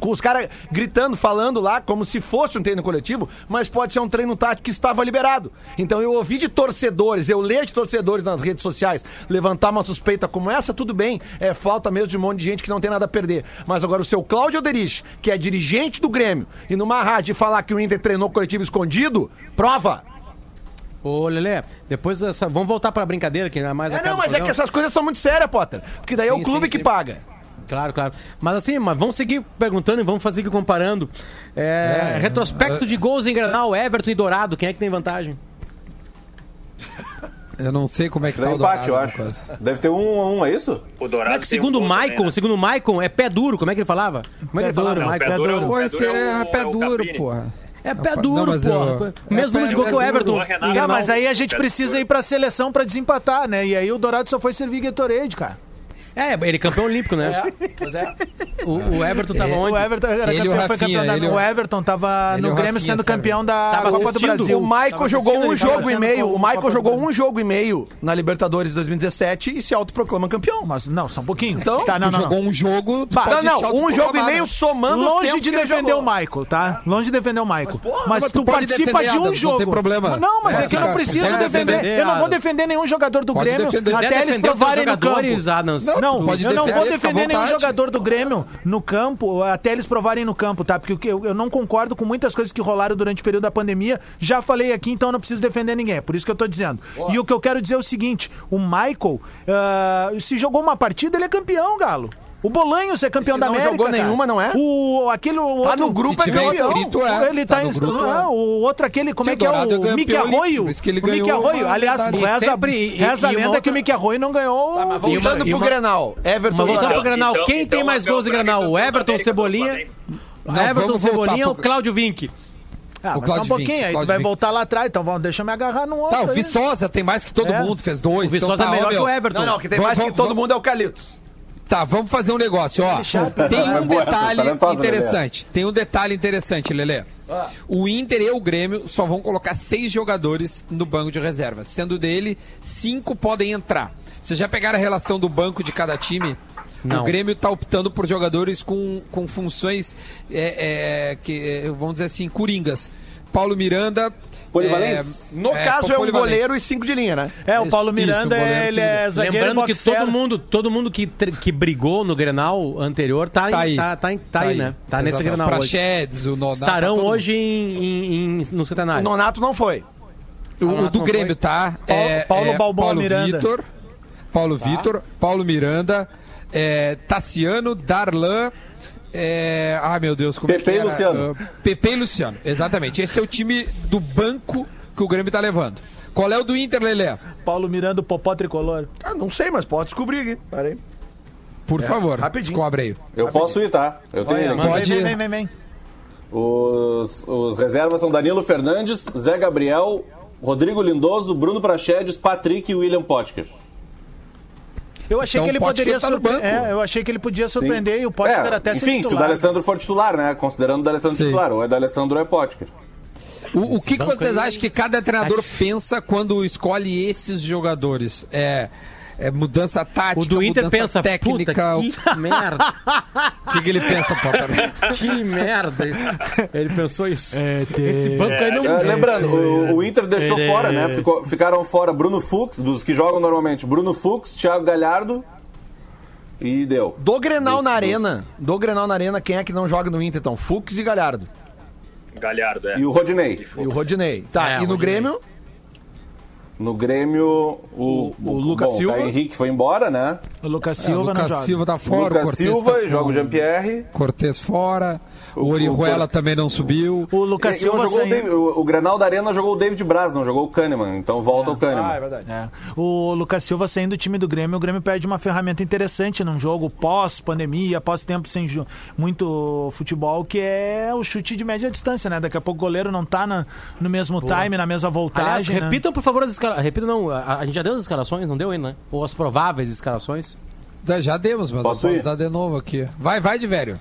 Speaker 6: Com os caras gritando, falando lá, como se fosse um treino coletivo, mas pode ser um treino tático que estava liberado. Então eu ouvi de torcedores, eu leio de torcedores nas redes sociais levantar uma suspeita como essa, tudo bem, é falta mesmo de um monte de gente que não tem nada a perder. Mas agora o seu Cláudio Oderich, que é dirigente do Grêmio, e numa rádio falar que o Inter treinou coletivo escondido, prova!
Speaker 4: Ô, Lelê, depois dessa- vamos voltar pra brincadeira que ainda mais
Speaker 6: É,
Speaker 4: acaba
Speaker 6: não,
Speaker 4: o
Speaker 6: mas é que
Speaker 4: programa.
Speaker 6: essas coisas são muito sérias, Potter. Porque daí é
Speaker 4: Sim,
Speaker 6: o clube
Speaker 4: sim,
Speaker 6: que
Speaker 4: sim.
Speaker 6: paga.
Speaker 4: Claro, claro. Mas assim, mas vamos seguir perguntando e vamos fazer aqui comparando. É, retrospecto de gols em Granal, Everton e Dourado, quem é que tem vantagem?
Speaker 2: Eu não sei como é que
Speaker 9: Deu
Speaker 2: tá o
Speaker 9: empate,
Speaker 2: Dourado.
Speaker 9: eu acho.
Speaker 2: Lucas.
Speaker 9: Deve ter um a um, é isso?
Speaker 10: O
Speaker 4: Como
Speaker 10: Dourado
Speaker 4: é que
Speaker 10: tem um
Speaker 4: segundo o
Speaker 10: gol também,
Speaker 4: Maicon,
Speaker 10: né?
Speaker 4: segundo o Maicon, é pé duro. Como é que ele falava? Como é que
Speaker 5: Pé
Speaker 4: ele falava,
Speaker 5: duro,
Speaker 4: Maicon?
Speaker 5: pé
Speaker 10: Pé
Speaker 5: duro.
Speaker 10: duro é o-
Speaker 2: Pô,
Speaker 10: é
Speaker 2: esse é
Speaker 10: o-
Speaker 2: pé
Speaker 10: é o
Speaker 2: duro,
Speaker 10: Caprini.
Speaker 2: porra.
Speaker 4: É pé
Speaker 2: Não,
Speaker 4: duro,
Speaker 2: mas
Speaker 4: porra.
Speaker 2: eu-
Speaker 4: Mesmo
Speaker 2: é
Speaker 4: número de gol
Speaker 2: pé
Speaker 4: que o
Speaker 2: duro. é
Speaker 4: Everton.
Speaker 10: O Renato-
Speaker 4: Ele
Speaker 5: Tá,
Speaker 4: não-
Speaker 5: mas aí a gente precisa ir pra seleção pra desempatar, né? E aí o Dourado só foi servir Gatorade, cara.
Speaker 4: É, ele é campeão olímpico, né?
Speaker 6: Pois é.
Speaker 4: O, o Everton tava
Speaker 2: É,
Speaker 4: onde?
Speaker 5: O Everton,
Speaker 2: Ele
Speaker 5: era
Speaker 2: e o
Speaker 5: campeão, foi
Speaker 2: Rafinha,
Speaker 5: campeão da,
Speaker 2: ele e o-
Speaker 5: o Everton tava
Speaker 2: ele e
Speaker 5: no
Speaker 2: o
Speaker 5: Grêmio
Speaker 2: Rafinha,
Speaker 5: sendo
Speaker 2: sabe?
Speaker 5: campeão da
Speaker 4: Tava
Speaker 5: Copa do
Speaker 4: assistindo.
Speaker 5: Brasil.
Speaker 6: O Michael
Speaker 5: Tava
Speaker 6: jogou
Speaker 5: assistindo,
Speaker 6: um
Speaker 5: ele tava
Speaker 6: jogo e
Speaker 5: sendo
Speaker 6: meio. O
Speaker 5: com- com a
Speaker 6: Michael
Speaker 5: Copa
Speaker 6: jogou
Speaker 5: do
Speaker 6: um jogo e meio na Libertadores de 2017 e se autoproclama campeão.
Speaker 5: Mas não, só um pouquinho.
Speaker 6: Então,
Speaker 5: tá, não,
Speaker 2: Tu
Speaker 5: não,
Speaker 2: jogou
Speaker 5: não.
Speaker 2: um jogo. tu
Speaker 5: Bah,
Speaker 2: pode
Speaker 6: não,
Speaker 2: deixar
Speaker 6: não, um
Speaker 2: o
Speaker 6: jogo e
Speaker 2: programa,
Speaker 6: meio
Speaker 2: né?
Speaker 6: somando os
Speaker 5: Longe
Speaker 6: tempos
Speaker 5: de
Speaker 6: que ele
Speaker 5: defender
Speaker 6: jogou.
Speaker 5: o Michael, tá? Longe de defender o Michael. Mas,
Speaker 2: mas tu
Speaker 5: tu,
Speaker 2: pode
Speaker 5: participa
Speaker 2: defender,
Speaker 5: de
Speaker 2: Adams,
Speaker 5: um
Speaker 2: não
Speaker 5: jogo.
Speaker 2: tem problema.
Speaker 5: Não, mas
Speaker 2: É,
Speaker 5: é, que eu não
Speaker 2: cara,
Speaker 5: preciso
Speaker 4: pode
Speaker 5: defender.
Speaker 4: defender,
Speaker 5: Eu não vou
Speaker 4: Adams.
Speaker 5: defender nenhum jogador do
Speaker 2: Pode
Speaker 5: Grêmio
Speaker 2: defender.
Speaker 5: até eles
Speaker 4: defender os
Speaker 5: provarem no
Speaker 4: jogadores,
Speaker 5: campo.
Speaker 4: Adams.
Speaker 2: Não,
Speaker 5: Não,
Speaker 2: tu pode
Speaker 5: eu não
Speaker 2: defender,
Speaker 5: vou
Speaker 2: fica à
Speaker 5: defender nenhum
Speaker 2: vontade.
Speaker 5: jogador do Grêmio no campo até eles provarem no campo, tá? Porque o que eu, eu não concordo com muitas coisas que rolaram durante o período da pandemia. Já falei aqui, então eu não preciso defender ninguém. É por isso que eu tô dizendo. E o que eu quero dizer é o seguinte: o Michael, ah, se jogou uma partida, ele é campeão, Galo. O Bolanhos é campeão
Speaker 6: Se
Speaker 5: da
Speaker 6: não
Speaker 5: América.
Speaker 6: jogou
Speaker 5: cara.
Speaker 6: nenhuma, não é?
Speaker 5: O, aquele, o
Speaker 6: Tá
Speaker 5: outro-
Speaker 6: no grupo,
Speaker 2: Se
Speaker 6: é
Speaker 2: tiver
Speaker 6: campeão.
Speaker 2: inscrito, é.
Speaker 5: ele
Speaker 2: Se tá
Speaker 5: tá,
Speaker 2: no
Speaker 5: ins-
Speaker 2: grupo, é.
Speaker 5: ah, O outro, aquele, como
Speaker 2: Se
Speaker 5: é que é
Speaker 2: o Dourado é
Speaker 5: o
Speaker 2: campeão
Speaker 5: Mickey
Speaker 2: olímpico,
Speaker 5: Arroio?
Speaker 2: por isso que ele
Speaker 5: o Mickey
Speaker 2: ganhou
Speaker 5: Arroio.
Speaker 2: uma
Speaker 5: Aliás,
Speaker 2: medalha.
Speaker 5: reza,
Speaker 4: E sempre- e- e
Speaker 5: reza a
Speaker 4: uma
Speaker 5: lenda
Speaker 4: outra-
Speaker 5: que o Mickey Arroio não ganhou.
Speaker 6: Tá, Voltando
Speaker 4: e
Speaker 6: pro
Speaker 4: uma-
Speaker 6: Grenal. Everton
Speaker 4: Mas voltar pro
Speaker 6: Dourado.
Speaker 4: Grenal.
Speaker 10: então-
Speaker 4: Quem tem
Speaker 10: então
Speaker 4: mais
Speaker 10: é o
Speaker 4: gols de
Speaker 10: campeão
Speaker 4: Grenal?
Speaker 10: da
Speaker 4: O
Speaker 10: América
Speaker 4: Everton
Speaker 10: do
Speaker 4: Cebolinha.
Speaker 10: Flamengo.
Speaker 4: O
Speaker 2: Não,
Speaker 4: Everton
Speaker 2: vamos voltar
Speaker 4: Cebolinha
Speaker 2: pro- Então
Speaker 4: ou Cláudio
Speaker 2: O
Speaker 4: Vink?
Speaker 5: Ah, mas só
Speaker 2: Claudio
Speaker 5: um pouquinho,
Speaker 2: Vinck,
Speaker 5: aí
Speaker 2: Claudio
Speaker 5: tu vai
Speaker 2: Vinck.
Speaker 5: voltar lá atrás, então vamos, deixa eu me agarrar no outro.
Speaker 2: Tá, o
Speaker 5: aí.
Speaker 2: Viçosa tem mais que todo
Speaker 5: É.
Speaker 2: mundo, fez dois.
Speaker 4: O Viçosa é
Speaker 2: então tá, ó,
Speaker 4: melhor que
Speaker 2: meu,
Speaker 4: o Everton.
Speaker 6: Não, não, que tem
Speaker 2: Vamos-
Speaker 6: mais que
Speaker 2: vamos-
Speaker 6: todo mundo é o Calitos.
Speaker 2: Tá, vamos fazer um negócio, ó. Tem
Speaker 9: Foi
Speaker 2: um
Speaker 9: boa essa,
Speaker 2: detalhe
Speaker 9: talentosa,
Speaker 2: interessante. Tem um detalhe interessante, Lelê. O Inter e o Grêmio só vão colocar seis jogadores no banco de reservas. Sendo dele, cinco podem entrar. Vocês já pegaram a relação do banco de cada time?
Speaker 4: Não.
Speaker 2: O Grêmio tá optando por jogadores com, com funções, é, é, que, é, vamos dizer assim, coringas. Paulo Miranda.
Speaker 9: Polivalentes?
Speaker 6: No caso, é um
Speaker 2: polivalentes.
Speaker 6: goleiro e cinco de linha, né?
Speaker 5: É, o Paulo
Speaker 2: Isso,
Speaker 5: Miranda,
Speaker 2: o goleiro
Speaker 5: ele é zagueiro
Speaker 4: Lembrando que
Speaker 5: boxeiro.
Speaker 4: todo mundo, todo mundo que, tre- que brigou no Grenal anterior tá,
Speaker 2: Tá
Speaker 4: aí,
Speaker 2: aí.
Speaker 4: tá, tá, em- tá aí, né? Tá nesse
Speaker 2: Exatamente.
Speaker 4: Grenal hoje.
Speaker 2: Praxedes, o Nonato. tá
Speaker 4: Estarão
Speaker 2: todo mundo.
Speaker 4: hoje em, em- em- no
Speaker 6: O
Speaker 4: Centenário.
Speaker 6: Nonato não foi.
Speaker 2: O, o
Speaker 4: Nonato
Speaker 2: do
Speaker 4: não
Speaker 2: Grêmio,
Speaker 4: foi?
Speaker 2: tá?
Speaker 5: Paulo- Paulo Balbão
Speaker 2: Paulo
Speaker 5: Miranda.
Speaker 2: Vitor,
Speaker 4: Tá.
Speaker 2: Paulo Vitor, Paulo Miranda, é, Tassiano, Darlan. É, ah, meu Deus, como é que
Speaker 9: Pepe e
Speaker 2: era?
Speaker 9: Luciano.
Speaker 2: Ah, Pepe e Luciano, exatamente. Esse é o time do banco que o Grêmio tá levando. Qual é o do Inter, Lelé?
Speaker 5: Paulo Miranda, o popó tricolor.
Speaker 6: Ah, não sei, mas pode descobrir aqui. Pera aí.
Speaker 2: Por
Speaker 4: É,
Speaker 2: favor,
Speaker 6: rapidinho.
Speaker 2: descobre aí.
Speaker 9: Eu posso ir, tá? Eu tenho ele aqui.
Speaker 5: Vem,
Speaker 2: Pode
Speaker 5: Vem,
Speaker 2: ir.
Speaker 5: vem, vem, vem.
Speaker 9: Os, os reservas são Danilo Fernandes, Zé Gabriel, Rodrigo Lindoso, Bruno Prachedes, Patrick e William Potker.
Speaker 5: Eu achei
Speaker 2: Então
Speaker 5: que ele
Speaker 2: o Potker
Speaker 5: poderia
Speaker 2: tá no
Speaker 5: surpre-
Speaker 2: banco.
Speaker 5: é, eu achei que ele podia
Speaker 9: Sim.
Speaker 5: surpreender e o Potker
Speaker 9: É,
Speaker 5: até ser
Speaker 9: Enfim, se o
Speaker 5: titular.
Speaker 9: D'Alessandro for titular, né? Considerando o D'Alessandro
Speaker 2: Sim.
Speaker 9: titular, ou é D'Alessandro ou é Potker.
Speaker 2: O, o que, que
Speaker 4: banco
Speaker 2: vocês
Speaker 4: aí- é
Speaker 2: acham que cada treinador pensa quando escolhe esses jogadores? É, é mudança tática,
Speaker 4: O do Inter
Speaker 2: mudança
Speaker 4: pensa,
Speaker 2: técnica.
Speaker 4: puta, que merda,
Speaker 2: O que, que ele pensa, Potter?
Speaker 4: que merda. esse- Ele pensou isso.
Speaker 5: É, tem-
Speaker 4: Esse banco aí não...
Speaker 9: É, lembrando, o, o Inter deixou
Speaker 4: Ele-
Speaker 9: fora, né? Ficou- ficaram fora Bruno Fux, dos que jogam normalmente, Bruno Fux, Thiago Galhardo e deu.
Speaker 6: Do Grenal
Speaker 9: Isso,
Speaker 6: na
Speaker 9: do-
Speaker 6: Arena. Do Grenal na Arena, quem é que não joga no Inter, então? Fux e Galhardo.
Speaker 10: Galhardo, é.
Speaker 9: E o Rodinei.
Speaker 6: E o Rodinei. Tá,
Speaker 4: É,
Speaker 6: e no
Speaker 4: Rodinei.
Speaker 6: Grêmio,
Speaker 9: No Grêmio, o,
Speaker 6: O- o Lucas
Speaker 9: bom,
Speaker 6: Silva.
Speaker 9: Caio Henrique foi embora, né?
Speaker 5: O Lucas
Speaker 2: É, o
Speaker 5: Silva não
Speaker 2: Lucas
Speaker 5: joga.
Speaker 2: Silva tá fora.
Speaker 9: Lucas
Speaker 2: Cortez
Speaker 9: Silva,
Speaker 2: tá
Speaker 9: joga o
Speaker 2: com-
Speaker 9: Jean-Pierre.
Speaker 2: Cortez fora. O,
Speaker 9: O-
Speaker 2: Orihuela
Speaker 9: o-
Speaker 2: também não subiu.
Speaker 5: O
Speaker 6: É,
Speaker 5: Lucas
Speaker 9: E- e não
Speaker 5: Silva
Speaker 9: jogou o,
Speaker 5: saiu.
Speaker 6: né?
Speaker 9: Davi- o- o Grenal da Arena jogou o David Braz, não jogou o Kahneman. Então volta o Kahneman.
Speaker 5: É. O Lucas Silva saindo do time do Grêmio, o Grêmio perde uma ferramenta interessante num jogo pós-pandemia, pós-tempo sem ju- muito futebol, que é o chute de média distância, né? Daqui a pouco o goleiro não tá na- no mesmo time, na mesma
Speaker 4: Aliás,
Speaker 5: voltagem. né?
Speaker 4: repitam, por favor, as escalações. Repitam, não. A, a gente já deu as escalações, não deu ainda, né? Ou as prováveis escalações.
Speaker 2: Da- Já demos, mas
Speaker 9: Posso
Speaker 2: eu posso
Speaker 9: ir?
Speaker 2: dar de novo aqui. Vai, vai de velho.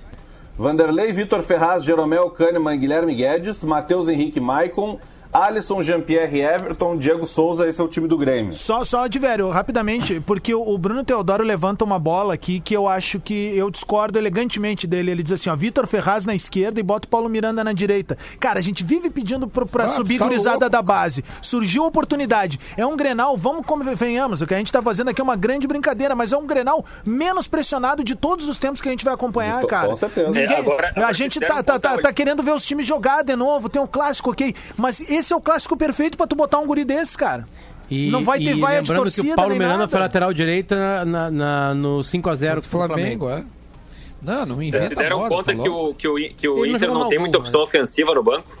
Speaker 9: Vanderlei, Vitor Ferraz, Jeromel, Kahneman, e Guilherme Guedes, Matheus Henrique, Maicon, Alisson, Jean-Pierre, Everton, Diego Souza, esse é o time do Grêmio.
Speaker 5: Só, só de velho, rapidamente, porque o o Bruno Teodoro levanta uma bola aqui que eu acho que eu discordo elegantemente dele. Ele diz assim: ó, Vitor Ferraz na esquerda e bota o Paulo Miranda na direita. Cara, a gente vive pedindo pro, pra
Speaker 2: Ah,
Speaker 5: subir
Speaker 2: tá
Speaker 5: gurizada
Speaker 2: louco,
Speaker 5: da base. Surgiu a oportunidade. É um grenal, vamos convenhamos. O que a gente tá fazendo aqui é uma grande brincadeira, mas é um grenal menos pressionado de todos os tempos que a gente vai acompanhar,
Speaker 9: Com-
Speaker 5: cara.
Speaker 9: com certeza.
Speaker 5: Ninguém-
Speaker 10: É, agora-
Speaker 5: a
Speaker 10: agora
Speaker 5: gente
Speaker 10: fizeram
Speaker 5: tá,
Speaker 10: um
Speaker 5: tá, tá,
Speaker 10: contra-
Speaker 5: tá querendo ver os times jogar de novo. Tem um clássico, ok. Mas esse é o clássico perfeito pra tu botar um guri desse, cara.
Speaker 4: E,
Speaker 5: Não vai ter
Speaker 4: e
Speaker 5: vaia de
Speaker 4: lembrando que
Speaker 5: torcida,
Speaker 4: o Paulo
Speaker 5: nem
Speaker 4: Miranda
Speaker 5: nada.
Speaker 4: foi lateral direita na, na- no 5x0
Speaker 2: Flamengo, Flamengo, é. Não, não inventa
Speaker 10: Se deram
Speaker 2: moda,
Speaker 10: conta
Speaker 2: tá
Speaker 10: que
Speaker 2: louco.
Speaker 10: o, que o, que
Speaker 4: Ele
Speaker 10: o
Speaker 4: não
Speaker 10: Inter
Speaker 4: jogou
Speaker 10: não
Speaker 4: mal
Speaker 10: tem
Speaker 4: gol,
Speaker 10: muita opção ofensiva no banco?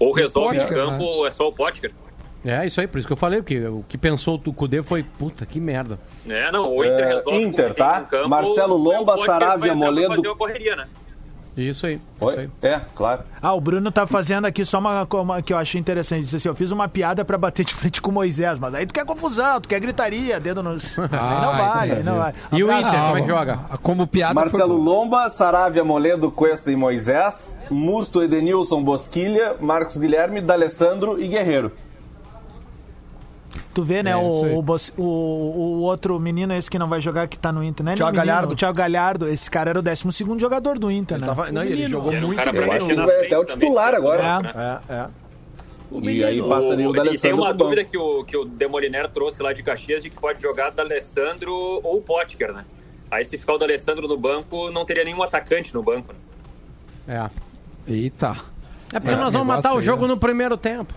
Speaker 10: Ou resolve
Speaker 2: Potker,
Speaker 10: de campo, é só o Potker.
Speaker 4: É, isso aí, por isso que eu falei, porque o que pensou o Cudê foi, puta, que merda.
Speaker 10: É, não, o Inter
Speaker 9: É,
Speaker 10: resolve. com
Speaker 9: Inter,
Speaker 10: o que tem
Speaker 9: tá?
Speaker 10: no campo,
Speaker 9: Marcelo
Speaker 10: o
Speaker 9: Lomba,
Speaker 10: Potter vai
Speaker 9: Saravia,
Speaker 10: entrar pra
Speaker 9: Moledo.
Speaker 10: fazer uma correria, né?
Speaker 4: Isso aí. Isso
Speaker 9: Oi?
Speaker 4: aí.
Speaker 9: É, claro.
Speaker 5: Ah, o Bruno tá fazendo aqui só uma, uma que eu achei interessante. Disse assim: eu fiz uma piada pra bater de frente com o Moisés, mas aí tu quer confusão, tu quer gritaria, dedo nos. Aí não
Speaker 2: Ah,
Speaker 5: vale, aí
Speaker 2: entendi.
Speaker 5: não vale.
Speaker 4: E o
Speaker 5: Abraço.
Speaker 4: Inter, como é que joga?
Speaker 2: Ah, Como piada
Speaker 9: Marcelo
Speaker 2: foi... boa.
Speaker 9: Lomba, Saravia, Moledo, Cuesta e Moisés, Musto, Edenilson, Bosquilha, Marcos Guilherme, D'Alessandro e Guerreiro.
Speaker 5: Tu vê, né,
Speaker 2: É, isso aí.
Speaker 5: o, o, Bos- o, o outro menino esse que não vai jogar que tá no Inter, né?
Speaker 6: Thiago
Speaker 5: menino,
Speaker 6: Galhardo.
Speaker 5: O Thiago Galhardo, esse cara era o 12 segundo jogador do Inter, né?
Speaker 6: Tava- não, e ele jogou
Speaker 10: Era um
Speaker 6: muito
Speaker 10: cara pra
Speaker 6: bem.
Speaker 10: mexer na
Speaker 9: Vai
Speaker 10: frente
Speaker 9: é até o
Speaker 10: também,
Speaker 9: titular
Speaker 10: se
Speaker 9: agora.
Speaker 10: pensar, né?
Speaker 6: É, é.
Speaker 9: E aí passaria o
Speaker 10: e tem
Speaker 9: D'Alessandro
Speaker 10: uma
Speaker 9: pro banco.
Speaker 10: dúvida que o, que o Demoliner trouxe lá de Caxias de que pode jogar D'Alessandro ou Potker, né? Aí se ficar o D'Alessandro no banco, não teria nenhum atacante no banco. Né?
Speaker 4: É.
Speaker 2: Eita.
Speaker 4: É porque
Speaker 2: Esse
Speaker 4: nós vamos matar
Speaker 2: negócio
Speaker 4: o
Speaker 2: aí,
Speaker 4: jogo
Speaker 2: né?
Speaker 4: no primeiro tempo.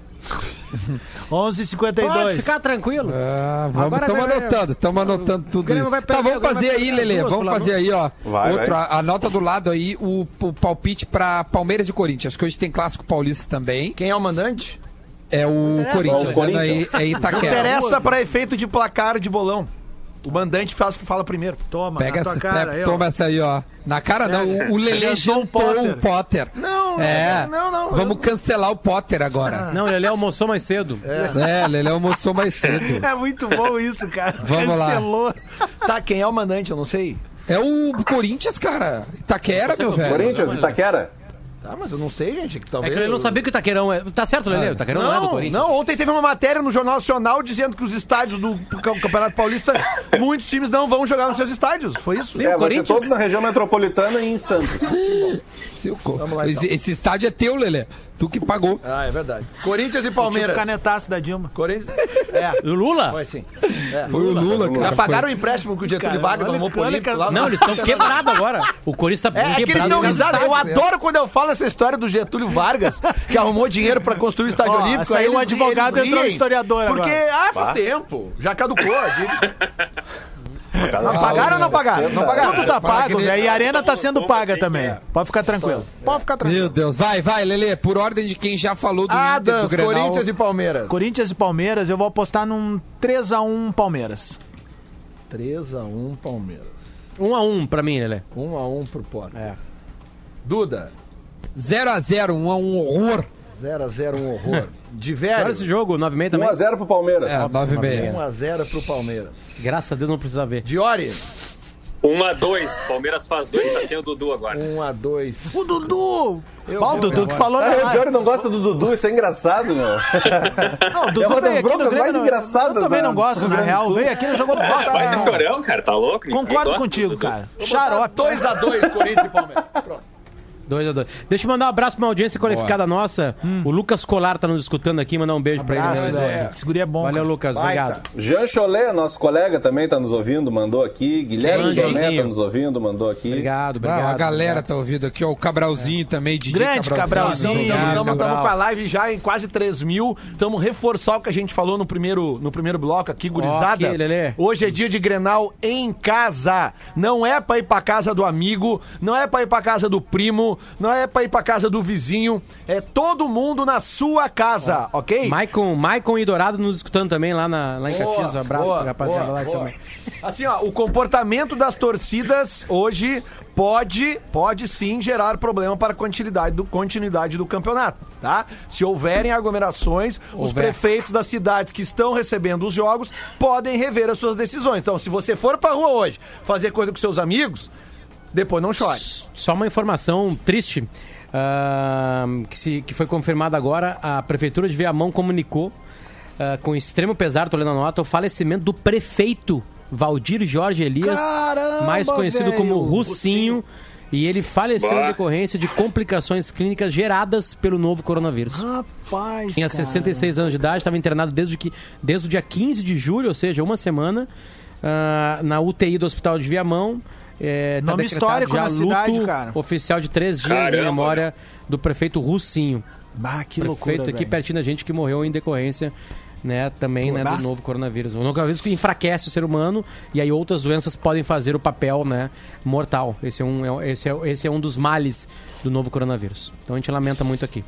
Speaker 5: 11h52.
Speaker 4: Pode ficar tranquilo.
Speaker 2: Ah, vamos,
Speaker 4: Agora
Speaker 2: estamos
Speaker 4: vai-
Speaker 2: anotando, estamos anotando tudo
Speaker 4: Grêmio
Speaker 2: isso.
Speaker 4: vai
Speaker 2: Tá,
Speaker 4: perder,
Speaker 2: vamos
Speaker 4: o Grêmio
Speaker 2: fazer
Speaker 4: vai
Speaker 2: aí,
Speaker 4: perder
Speaker 2: Lele,
Speaker 4: duas,
Speaker 2: vamos
Speaker 4: Flamengo.
Speaker 2: fazer aí, ó.
Speaker 9: Vai,
Speaker 2: Outra, anota do lado aí o, o palpite para Palmeiras e Corinthians, que hoje tem clássico paulista também.
Speaker 6: Quem é o mandante?
Speaker 2: É o Corinthians,
Speaker 9: É o
Speaker 2: é
Speaker 9: Corinthians.
Speaker 2: na- é Itaquera.
Speaker 6: Interessa pra efeito de placar de bolão. O mandante faz, fala primeiro.
Speaker 5: Toma,
Speaker 2: Pega
Speaker 5: na tua
Speaker 2: essa,
Speaker 5: cara.
Speaker 2: pe-
Speaker 5: aí, ó.
Speaker 2: toma essa aí, ó. Na cara
Speaker 9: É.
Speaker 2: não, o, o Lele
Speaker 5: Jantou
Speaker 2: jantou
Speaker 5: o
Speaker 2: o Potter.
Speaker 6: Não,
Speaker 2: é.
Speaker 6: não, não,
Speaker 2: Vamos cancelar o Potter agora.
Speaker 4: Não, ele almoçou mais cedo.
Speaker 2: É, Lele almoçou mais cedo.
Speaker 5: É muito bom isso, cara.
Speaker 2: Vamos lá.
Speaker 5: Cancelou. Tipo
Speaker 6: Tá, quem é o mandante? Eu não sei.
Speaker 2: É o Corinthians, cara. Itaquera,
Speaker 9: é
Speaker 2: meu velho.
Speaker 9: Corinthians, Itaquera?
Speaker 6: Tá, mas eu não sei, gente. Que
Speaker 4: É
Speaker 6: talvez
Speaker 4: que ele não
Speaker 6: eu-
Speaker 4: sabia que o Taquerão é. Tá certo, Lelê? O Taquerão não, é do
Speaker 6: Não,
Speaker 4: Corinthians.
Speaker 6: não, ontem teve uma matéria no Jornal Nacional dizendo que os estádios do Cam- Campeonato Paulista, muitos times não vão jogar nos seus estádios. Foi isso?
Speaker 4: o
Speaker 9: É, vai ser
Speaker 4: Corinthians.
Speaker 9: todos na região metropolitana e em Santos.
Speaker 2: Seu co-
Speaker 6: Vamos lá, então.
Speaker 2: esse, esse estádio é teu, Lele. Tu que pagou.
Speaker 6: Ah, é verdade. Corinthians e
Speaker 5: Tipo
Speaker 6: Palmeiras.
Speaker 5: o canetaço da Dilma.
Speaker 6: Corinthians. É,
Speaker 4: O Lula?
Speaker 6: foi sim. É.
Speaker 2: Foi o Lula, cara.
Speaker 6: Já pagaram o
Speaker 2: Foi.
Speaker 6: empréstimo que o Getúlio
Speaker 5: Cara,
Speaker 6: Vargas
Speaker 5: olha-
Speaker 6: tomou por
Speaker 5: olha
Speaker 6: ele
Speaker 5: que as-
Speaker 6: lá
Speaker 4: Não,
Speaker 6: no-
Speaker 4: eles estão quebrados agora. O Corinthians tá bem
Speaker 6: É, é que eles
Speaker 4: quebrado.
Speaker 6: dão
Speaker 4: né?
Speaker 6: risada. Eu adoro quando eu falo essa história do Getúlio Vargas, que arrumou dinheiro pra construir o estádio
Speaker 5: Ó,
Speaker 6: olímpico.
Speaker 5: saiu
Speaker 6: aí
Speaker 5: um
Speaker 6: eles-
Speaker 5: advogado,
Speaker 6: eles
Speaker 5: entrou um
Speaker 6: riem,
Speaker 5: historiador
Speaker 6: Porque,
Speaker 5: agora.
Speaker 6: ah, faz tempo. Já caducou a dívida. Não
Speaker 2: olha,
Speaker 6: pagaram ou não pagaram? Não pagaram.
Speaker 5: Tudo tá
Speaker 2: Fala que
Speaker 5: pago,
Speaker 2: nem-
Speaker 5: velho. E a arena tá sendo
Speaker 10: Toma,
Speaker 5: paga
Speaker 10: assim,
Speaker 5: também.
Speaker 10: é.
Speaker 5: Pode ficar tranquilo. Pode ficar tranquilo.
Speaker 2: Meu Deus, vai, vai, Lele, por ordem de quem já falou do Inter, do
Speaker 6: Adams,
Speaker 2: Grenal.
Speaker 6: Ah, Corinthians e Palmeiras.
Speaker 5: Corinthians e Palmeiras, eu vou apostar num 3x1 Palmeiras.
Speaker 6: 3x1 Palmeiras.
Speaker 4: Um a um pra mim, Lelê.
Speaker 6: 1x1 pro Porto.
Speaker 4: É.
Speaker 6: Duda,
Speaker 2: 0x0, um, um horror.
Speaker 6: 0x0, um horror. De
Speaker 4: Agora
Speaker 6: velho,
Speaker 4: esse jogo, 9 e meia também.
Speaker 9: 1x0 pro Palmeiras.
Speaker 2: É, 9,5.
Speaker 6: 1x0 pro Palmeiras.
Speaker 4: Graças a Deus não precisa ver.
Speaker 6: Diori,
Speaker 10: 1 a 2 Palmeiras faz dois, tá sem o Dudu agora.
Speaker 6: 1x2.
Speaker 5: O Dudu!
Speaker 6: Eu
Speaker 5: Ó, o
Speaker 6: vi
Speaker 5: Dudu
Speaker 6: agora.
Speaker 5: que falou na
Speaker 9: Ah, o
Speaker 5: live.
Speaker 9: Diori não gosta do Dudu, isso é engraçado, meu.
Speaker 5: Não, o
Speaker 9: É
Speaker 5: Dudu
Speaker 9: uma das
Speaker 5: veio aqui no
Speaker 9: broncas mais
Speaker 5: Grêmio.
Speaker 9: engraçadas
Speaker 5: eu também
Speaker 9: da-
Speaker 5: não gosto,
Speaker 9: do
Speaker 5: na
Speaker 9: Rio Grande do
Speaker 5: real.
Speaker 9: Sul.
Speaker 5: Veio aqui no jogou no bosta.
Speaker 10: Vai de chorão, cara, tá louco? Ninguém
Speaker 5: Ah. Concordo
Speaker 10: gosta do
Speaker 5: contigo,
Speaker 10: Dudu.
Speaker 5: cara. Xarope.
Speaker 6: 2x2 Corinthians e Palmeiras. Pronto.
Speaker 4: 2 a 2 Deixa eu mandar um abraço pra uma audiência qualificada nossa.
Speaker 6: Hum.
Speaker 4: O Lucas Colar tá nos escutando aqui, mandar um beijo pra ele.
Speaker 5: Abraço,
Speaker 4: né?
Speaker 5: velho. Esse guri é bom.
Speaker 4: Valeu,
Speaker 5: cara.
Speaker 4: Lucas. Obrigado.
Speaker 9: Jean Cholé, nosso colega, também tá nos ouvindo, mandou aqui. Guilherme
Speaker 4: Grande
Speaker 9: Tomé
Speaker 4: Joãozinho.
Speaker 9: tá nos ouvindo, mandou aqui.
Speaker 4: Obrigado, obrigado.
Speaker 2: Ah, a galera tá ouvindo aqui, ó. O Cabralzinho também, Didi
Speaker 5: Grande Cabralzinho.
Speaker 2: obrigado,
Speaker 4: Obrigado,
Speaker 2: Cabral.
Speaker 4: Cabral.
Speaker 6: Estamos com a live já em quase 3 mil. Estamos reforçar o que a gente falou no primeiro, no primeiro bloco aqui, gurizada.
Speaker 4: aqui, Lelê.
Speaker 6: Hoje é dia de Grenal em casa. Não é pra ir pra casa do amigo, não é pra ir pra casa do primo, não é pra ir pra casa do vizinho. É todo mundo na sua casa, ok?
Speaker 4: Maicon, Maicon e Dourado nos escutando também lá, na, lá em Caxias. Um abraço
Speaker 6: boa,
Speaker 4: pra rapaziada
Speaker 6: boa,
Speaker 4: lá
Speaker 6: boa.
Speaker 4: também.
Speaker 6: Assim, ó, o comportamento das torcidas hoje pode, pode sim gerar problema para a continuidade do, continuidade do campeonato, tá? Se houverem aglomerações, os
Speaker 4: Houver.
Speaker 6: prefeitos das cidades que estão recebendo os jogos podem rever as suas decisões. Então, se você for pra rua hoje fazer coisa com seus amigos, depois não chore.
Speaker 4: Só uma informação triste ahn, que, se- que foi confirmada agora. A Prefeitura de Viamão comunicou ah, com extremo pesar, tô lendo a nota, o falecimento do prefeito Valdir Jorge Elias,
Speaker 6: Caramba,
Speaker 4: mais conhecido
Speaker 6: velho,
Speaker 4: como Russinho. E ele faleceu
Speaker 10: Bah.
Speaker 4: em decorrência de complicações clínicas geradas pelo novo coronavírus.
Speaker 5: Rapaz,
Speaker 4: Tinha
Speaker 5: cara.
Speaker 4: 66 anos de idade, estava internado desde, que, desde o dia 15 de julho, ou seja, uma semana, ah, na UTI do Hospital de Viamão. É,
Speaker 5: Nome
Speaker 4: decretado
Speaker 5: histórico
Speaker 4: já
Speaker 5: na cidade, cara.
Speaker 4: Oficial de três dias em
Speaker 10: Caramba,
Speaker 4: memória do prefeito Russinho.
Speaker 5: Bah, que
Speaker 4: prefeito
Speaker 5: loucura,
Speaker 4: aqui
Speaker 5: velho.
Speaker 4: pertinho da gente que morreu em decorrência. Né, também né, do
Speaker 5: Bah.
Speaker 4: novo coronavírus. O novo coronavírus que enfraquece o ser humano e aí outras doenças podem fazer o papel né, mortal. Esse é, um, é um- esse, é, esse é um dos males do novo coronavírus. Então a gente lamenta muito aqui.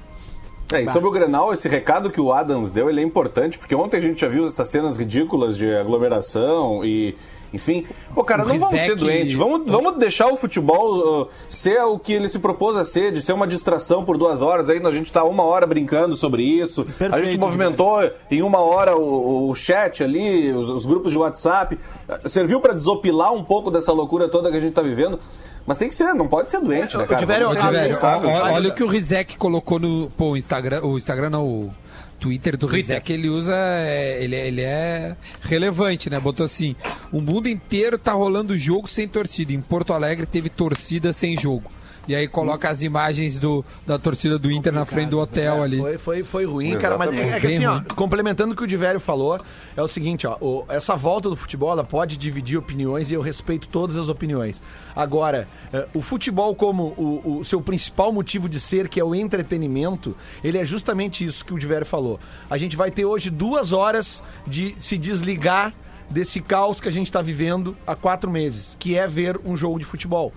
Speaker 9: É, e sobre o Grenal, esse recado que o Adams deu, ele é importante, porque ontem a gente já viu essas cenas ridículas de aglomeração e, enfim... Pô, cara,
Speaker 2: Um
Speaker 9: não vamos ser
Speaker 2: Rizek-
Speaker 9: doentes, vamos, vamos deixar o futebol uh, ser o que ele se propôs a ser, de ser uma distração por duas horas, aí a gente tá uma hora brincando sobre isso, a gente
Speaker 5: Perfeito,
Speaker 9: movimentou em uma hora o, o chat ali, os, os grupos de WhatsApp, serviu pra desopilar um pouco dessa loucura toda que a gente tá vivendo, mas tem que ser, não pode ser doente, né, cara?
Speaker 6: Diverio,
Speaker 9: Vamos ser
Speaker 2: Ô, Diverio, né?
Speaker 9: responsáveis.
Speaker 2: ó- ó- olha o que o Rizek colocou no pô, o Instagram, o Instagram não, o Twitter do Rizek, ele usa, é, ele, é- ele é relevante, né? Botou assim, o mundo inteiro tá rolando jogo sem torcida, em Porto Alegre teve torcida sem jogo. E aí coloca as imagens do, da torcida do Inter na frente do hotel ali.
Speaker 6: né? É, Foi, foi, foi ruim, cara. Mas é, é que
Speaker 2: Bem
Speaker 6: assim, ó,
Speaker 2: ruim.
Speaker 6: complementando o que o Diverio falou, é o seguinte, ó. o- essa volta do futebol, ela pode dividir opiniões e eu respeito todas as opiniões. Agora, eh, o futebol como o, o seu principal motivo de ser, que é o entretenimento, ele é justamente isso que o Diverio falou. A gente vai ter hoje duas horas de se desligar desse caos que a gente está vivendo há quatro meses, que é ver um jogo de futebol.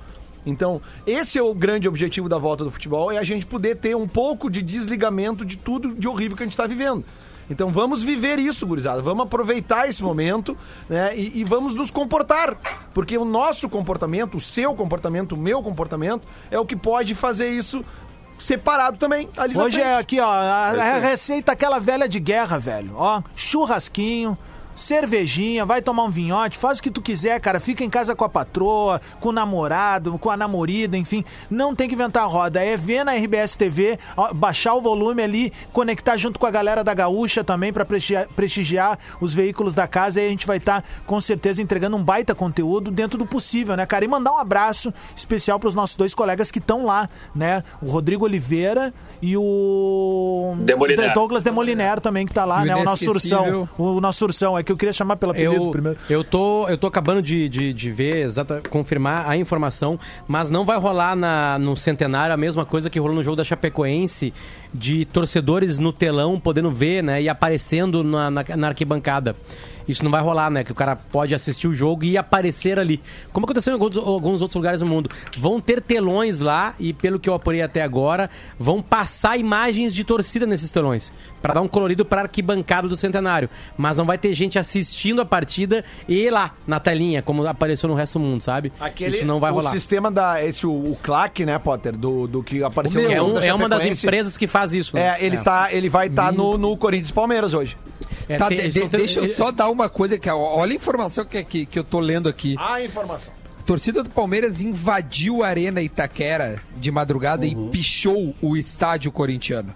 Speaker 6: Então, esse é o grande objetivo da volta do futebol, é a gente poder ter um pouco de desligamento de tudo de horrível que a gente está vivendo. Então vamos viver isso, gurizada. Vamos aproveitar esse momento né, e, e vamos nos comportar. Porque o nosso comportamento, o seu comportamento, o meu comportamento, é o que pode fazer isso separado também. Ali na
Speaker 5: Hoje
Speaker 6: frente.
Speaker 5: é aqui, ó, a, a receita aquela velha de guerra, velho. Ó, churrasquinho, cervejinha, vai tomar um vinhote, faz o que tu quiser, cara. Fica em casa com a patroa, com o namorado, com a namorida, enfim. Não tem que inventar roda. É ver na RBS TV, ó, baixar o volume ali, conectar junto com a galera da Gaúcha também pra prestigiar, prestigiar os veículos da casa. E a gente vai estar com certeza entregando um baita conteúdo dentro do possível, né, cara? E mandar um abraço especial pros nossos dois colegas que estão lá, né? O Rodrigo Oliveira e o
Speaker 10: Demoliner.
Speaker 5: Douglas Demoliner também que tá lá,
Speaker 2: E o
Speaker 5: né? O nosso
Speaker 2: inesquecível.
Speaker 5: ursão. O nosso ursão é que eu queria chamar pela apelido
Speaker 4: Eu,
Speaker 5: primeiro.
Speaker 4: eu, tô, eu tô acabando de, de, de ver, exata, confirmar a informação, mas não vai rolar na, no centenário a mesma coisa que rolou no jogo da Chapecoense, de torcedores no telão podendo ver, né, e aparecendo na, na, na arquibancada. Isso não vai rolar, né? Que o cara pode assistir o jogo e aparecer ali. Como aconteceu em alguns, alguns outros lugares do mundo. Vão ter telões lá e, pelo que eu apurei até agora, vão passar imagens de torcida nesses telões. Pra dar um colorido pra arquibancada do centenário. Mas não vai ter gente assistindo a partida e lá na telinha, como apareceu no resto do mundo, sabe?
Speaker 6: Aquele-
Speaker 4: Isso não vai
Speaker 6: O
Speaker 4: rolar.
Speaker 6: sistema da. Esse, o, o claque, né, Potter? Do, do que apareceu
Speaker 4: É,
Speaker 6: jogo
Speaker 4: um-
Speaker 6: da
Speaker 4: é uma das
Speaker 6: Chapecoense.
Speaker 4: empresas que faz isso. né?
Speaker 6: É, ele, Tá, ele vai estar no, no Corinthians e Palmeiras hoje.
Speaker 4: É,
Speaker 2: Tá,
Speaker 4: tem-
Speaker 2: de-
Speaker 4: eles tão
Speaker 2: de-
Speaker 4: tendo-
Speaker 2: deixa eu só dar uma coisa que é, olha a informação que, é que, que eu tô lendo aqui.
Speaker 6: A informação.
Speaker 2: Torcida do Palmeiras invadiu a Arena Itaquera de madrugada
Speaker 4: Uhum.
Speaker 2: e pichou o estádio corintiano.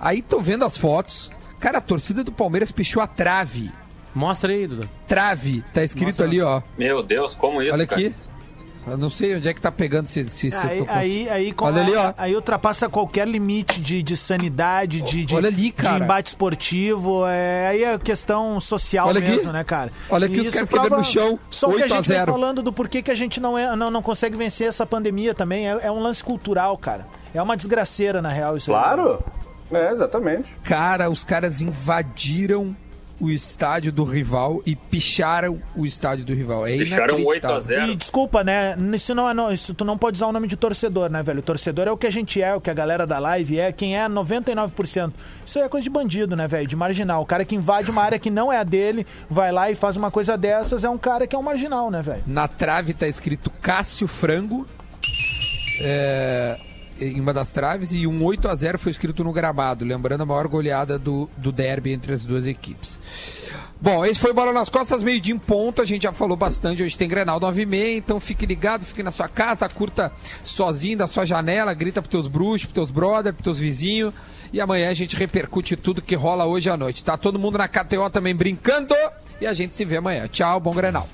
Speaker 2: Aí tô vendo as fotos. Cara, a torcida do Palmeiras pichou a trave.
Speaker 4: Mostra aí, Duda.
Speaker 2: Trave, tá escrito ali, ó.
Speaker 10: Meu Deus, como isso,
Speaker 2: Olha
Speaker 10: cara?
Speaker 2: aqui. Eu não sei onde é que tá pegando se, se, se eu
Speaker 5: Aí,
Speaker 2: tô com-
Speaker 5: aí, aí, com-
Speaker 2: Olha ali, ó.
Speaker 5: aí ultrapassa qualquer limite de, de sanidade, de, de,
Speaker 2: Olha ali,
Speaker 5: de
Speaker 2: cara.
Speaker 5: embate esportivo. É, aí é questão social
Speaker 2: Olha aqui.
Speaker 5: mesmo, né, cara?
Speaker 2: Olha aqui,
Speaker 5: E
Speaker 2: os
Speaker 5: isso
Speaker 2: caras quebrando
Speaker 5: prova
Speaker 2: no chão,
Speaker 5: Só o que a
Speaker 2: 8 a
Speaker 5: gente vem
Speaker 2: 0.
Speaker 5: falando do porquê que a gente não, é, não, não consegue vencer essa pandemia também. É, é um lance cultural, cara. É uma desgraceira, na real, isso aí.
Speaker 9: Claro! É, exatamente.
Speaker 2: Cara, os caras invadiram o estádio do rival e picharam o estádio do rival. É
Speaker 4: um
Speaker 10: Deixaram
Speaker 2: inacreditável.
Speaker 10: 8x0.
Speaker 5: E desculpa, né? Isso não é. Não, isso tu não pode usar o nome de torcedor, né, velho? Torcedor é o que a gente é, o que a galera da live é, quem é 99%. Isso aí é coisa de bandido, né, velho? De marginal. O cara que invade uma área que não é a dele, vai lá e faz uma coisa dessas, é um cara que é um marginal, né, velho?
Speaker 2: Na trave tá escrito Cássio Frango. é, em uma das traves e um 8 a 0 foi escrito no gramado, lembrando a maior goleada do, do derby entre as duas equipes. Bom, esse foi Bola nas Costas, meio dia em ponto, a gente já falou bastante, hoje tem Grenal 9h30, então fique ligado, fique na sua casa, curta sozinho da sua janela, grita pros teus bruxos, pros teus brother, pros teus vizinhos, e amanhã a gente repercute tudo que rola hoje à noite. Tá todo mundo na KTO também brincando, e a gente se vê amanhã. Tchau, bom Grenal.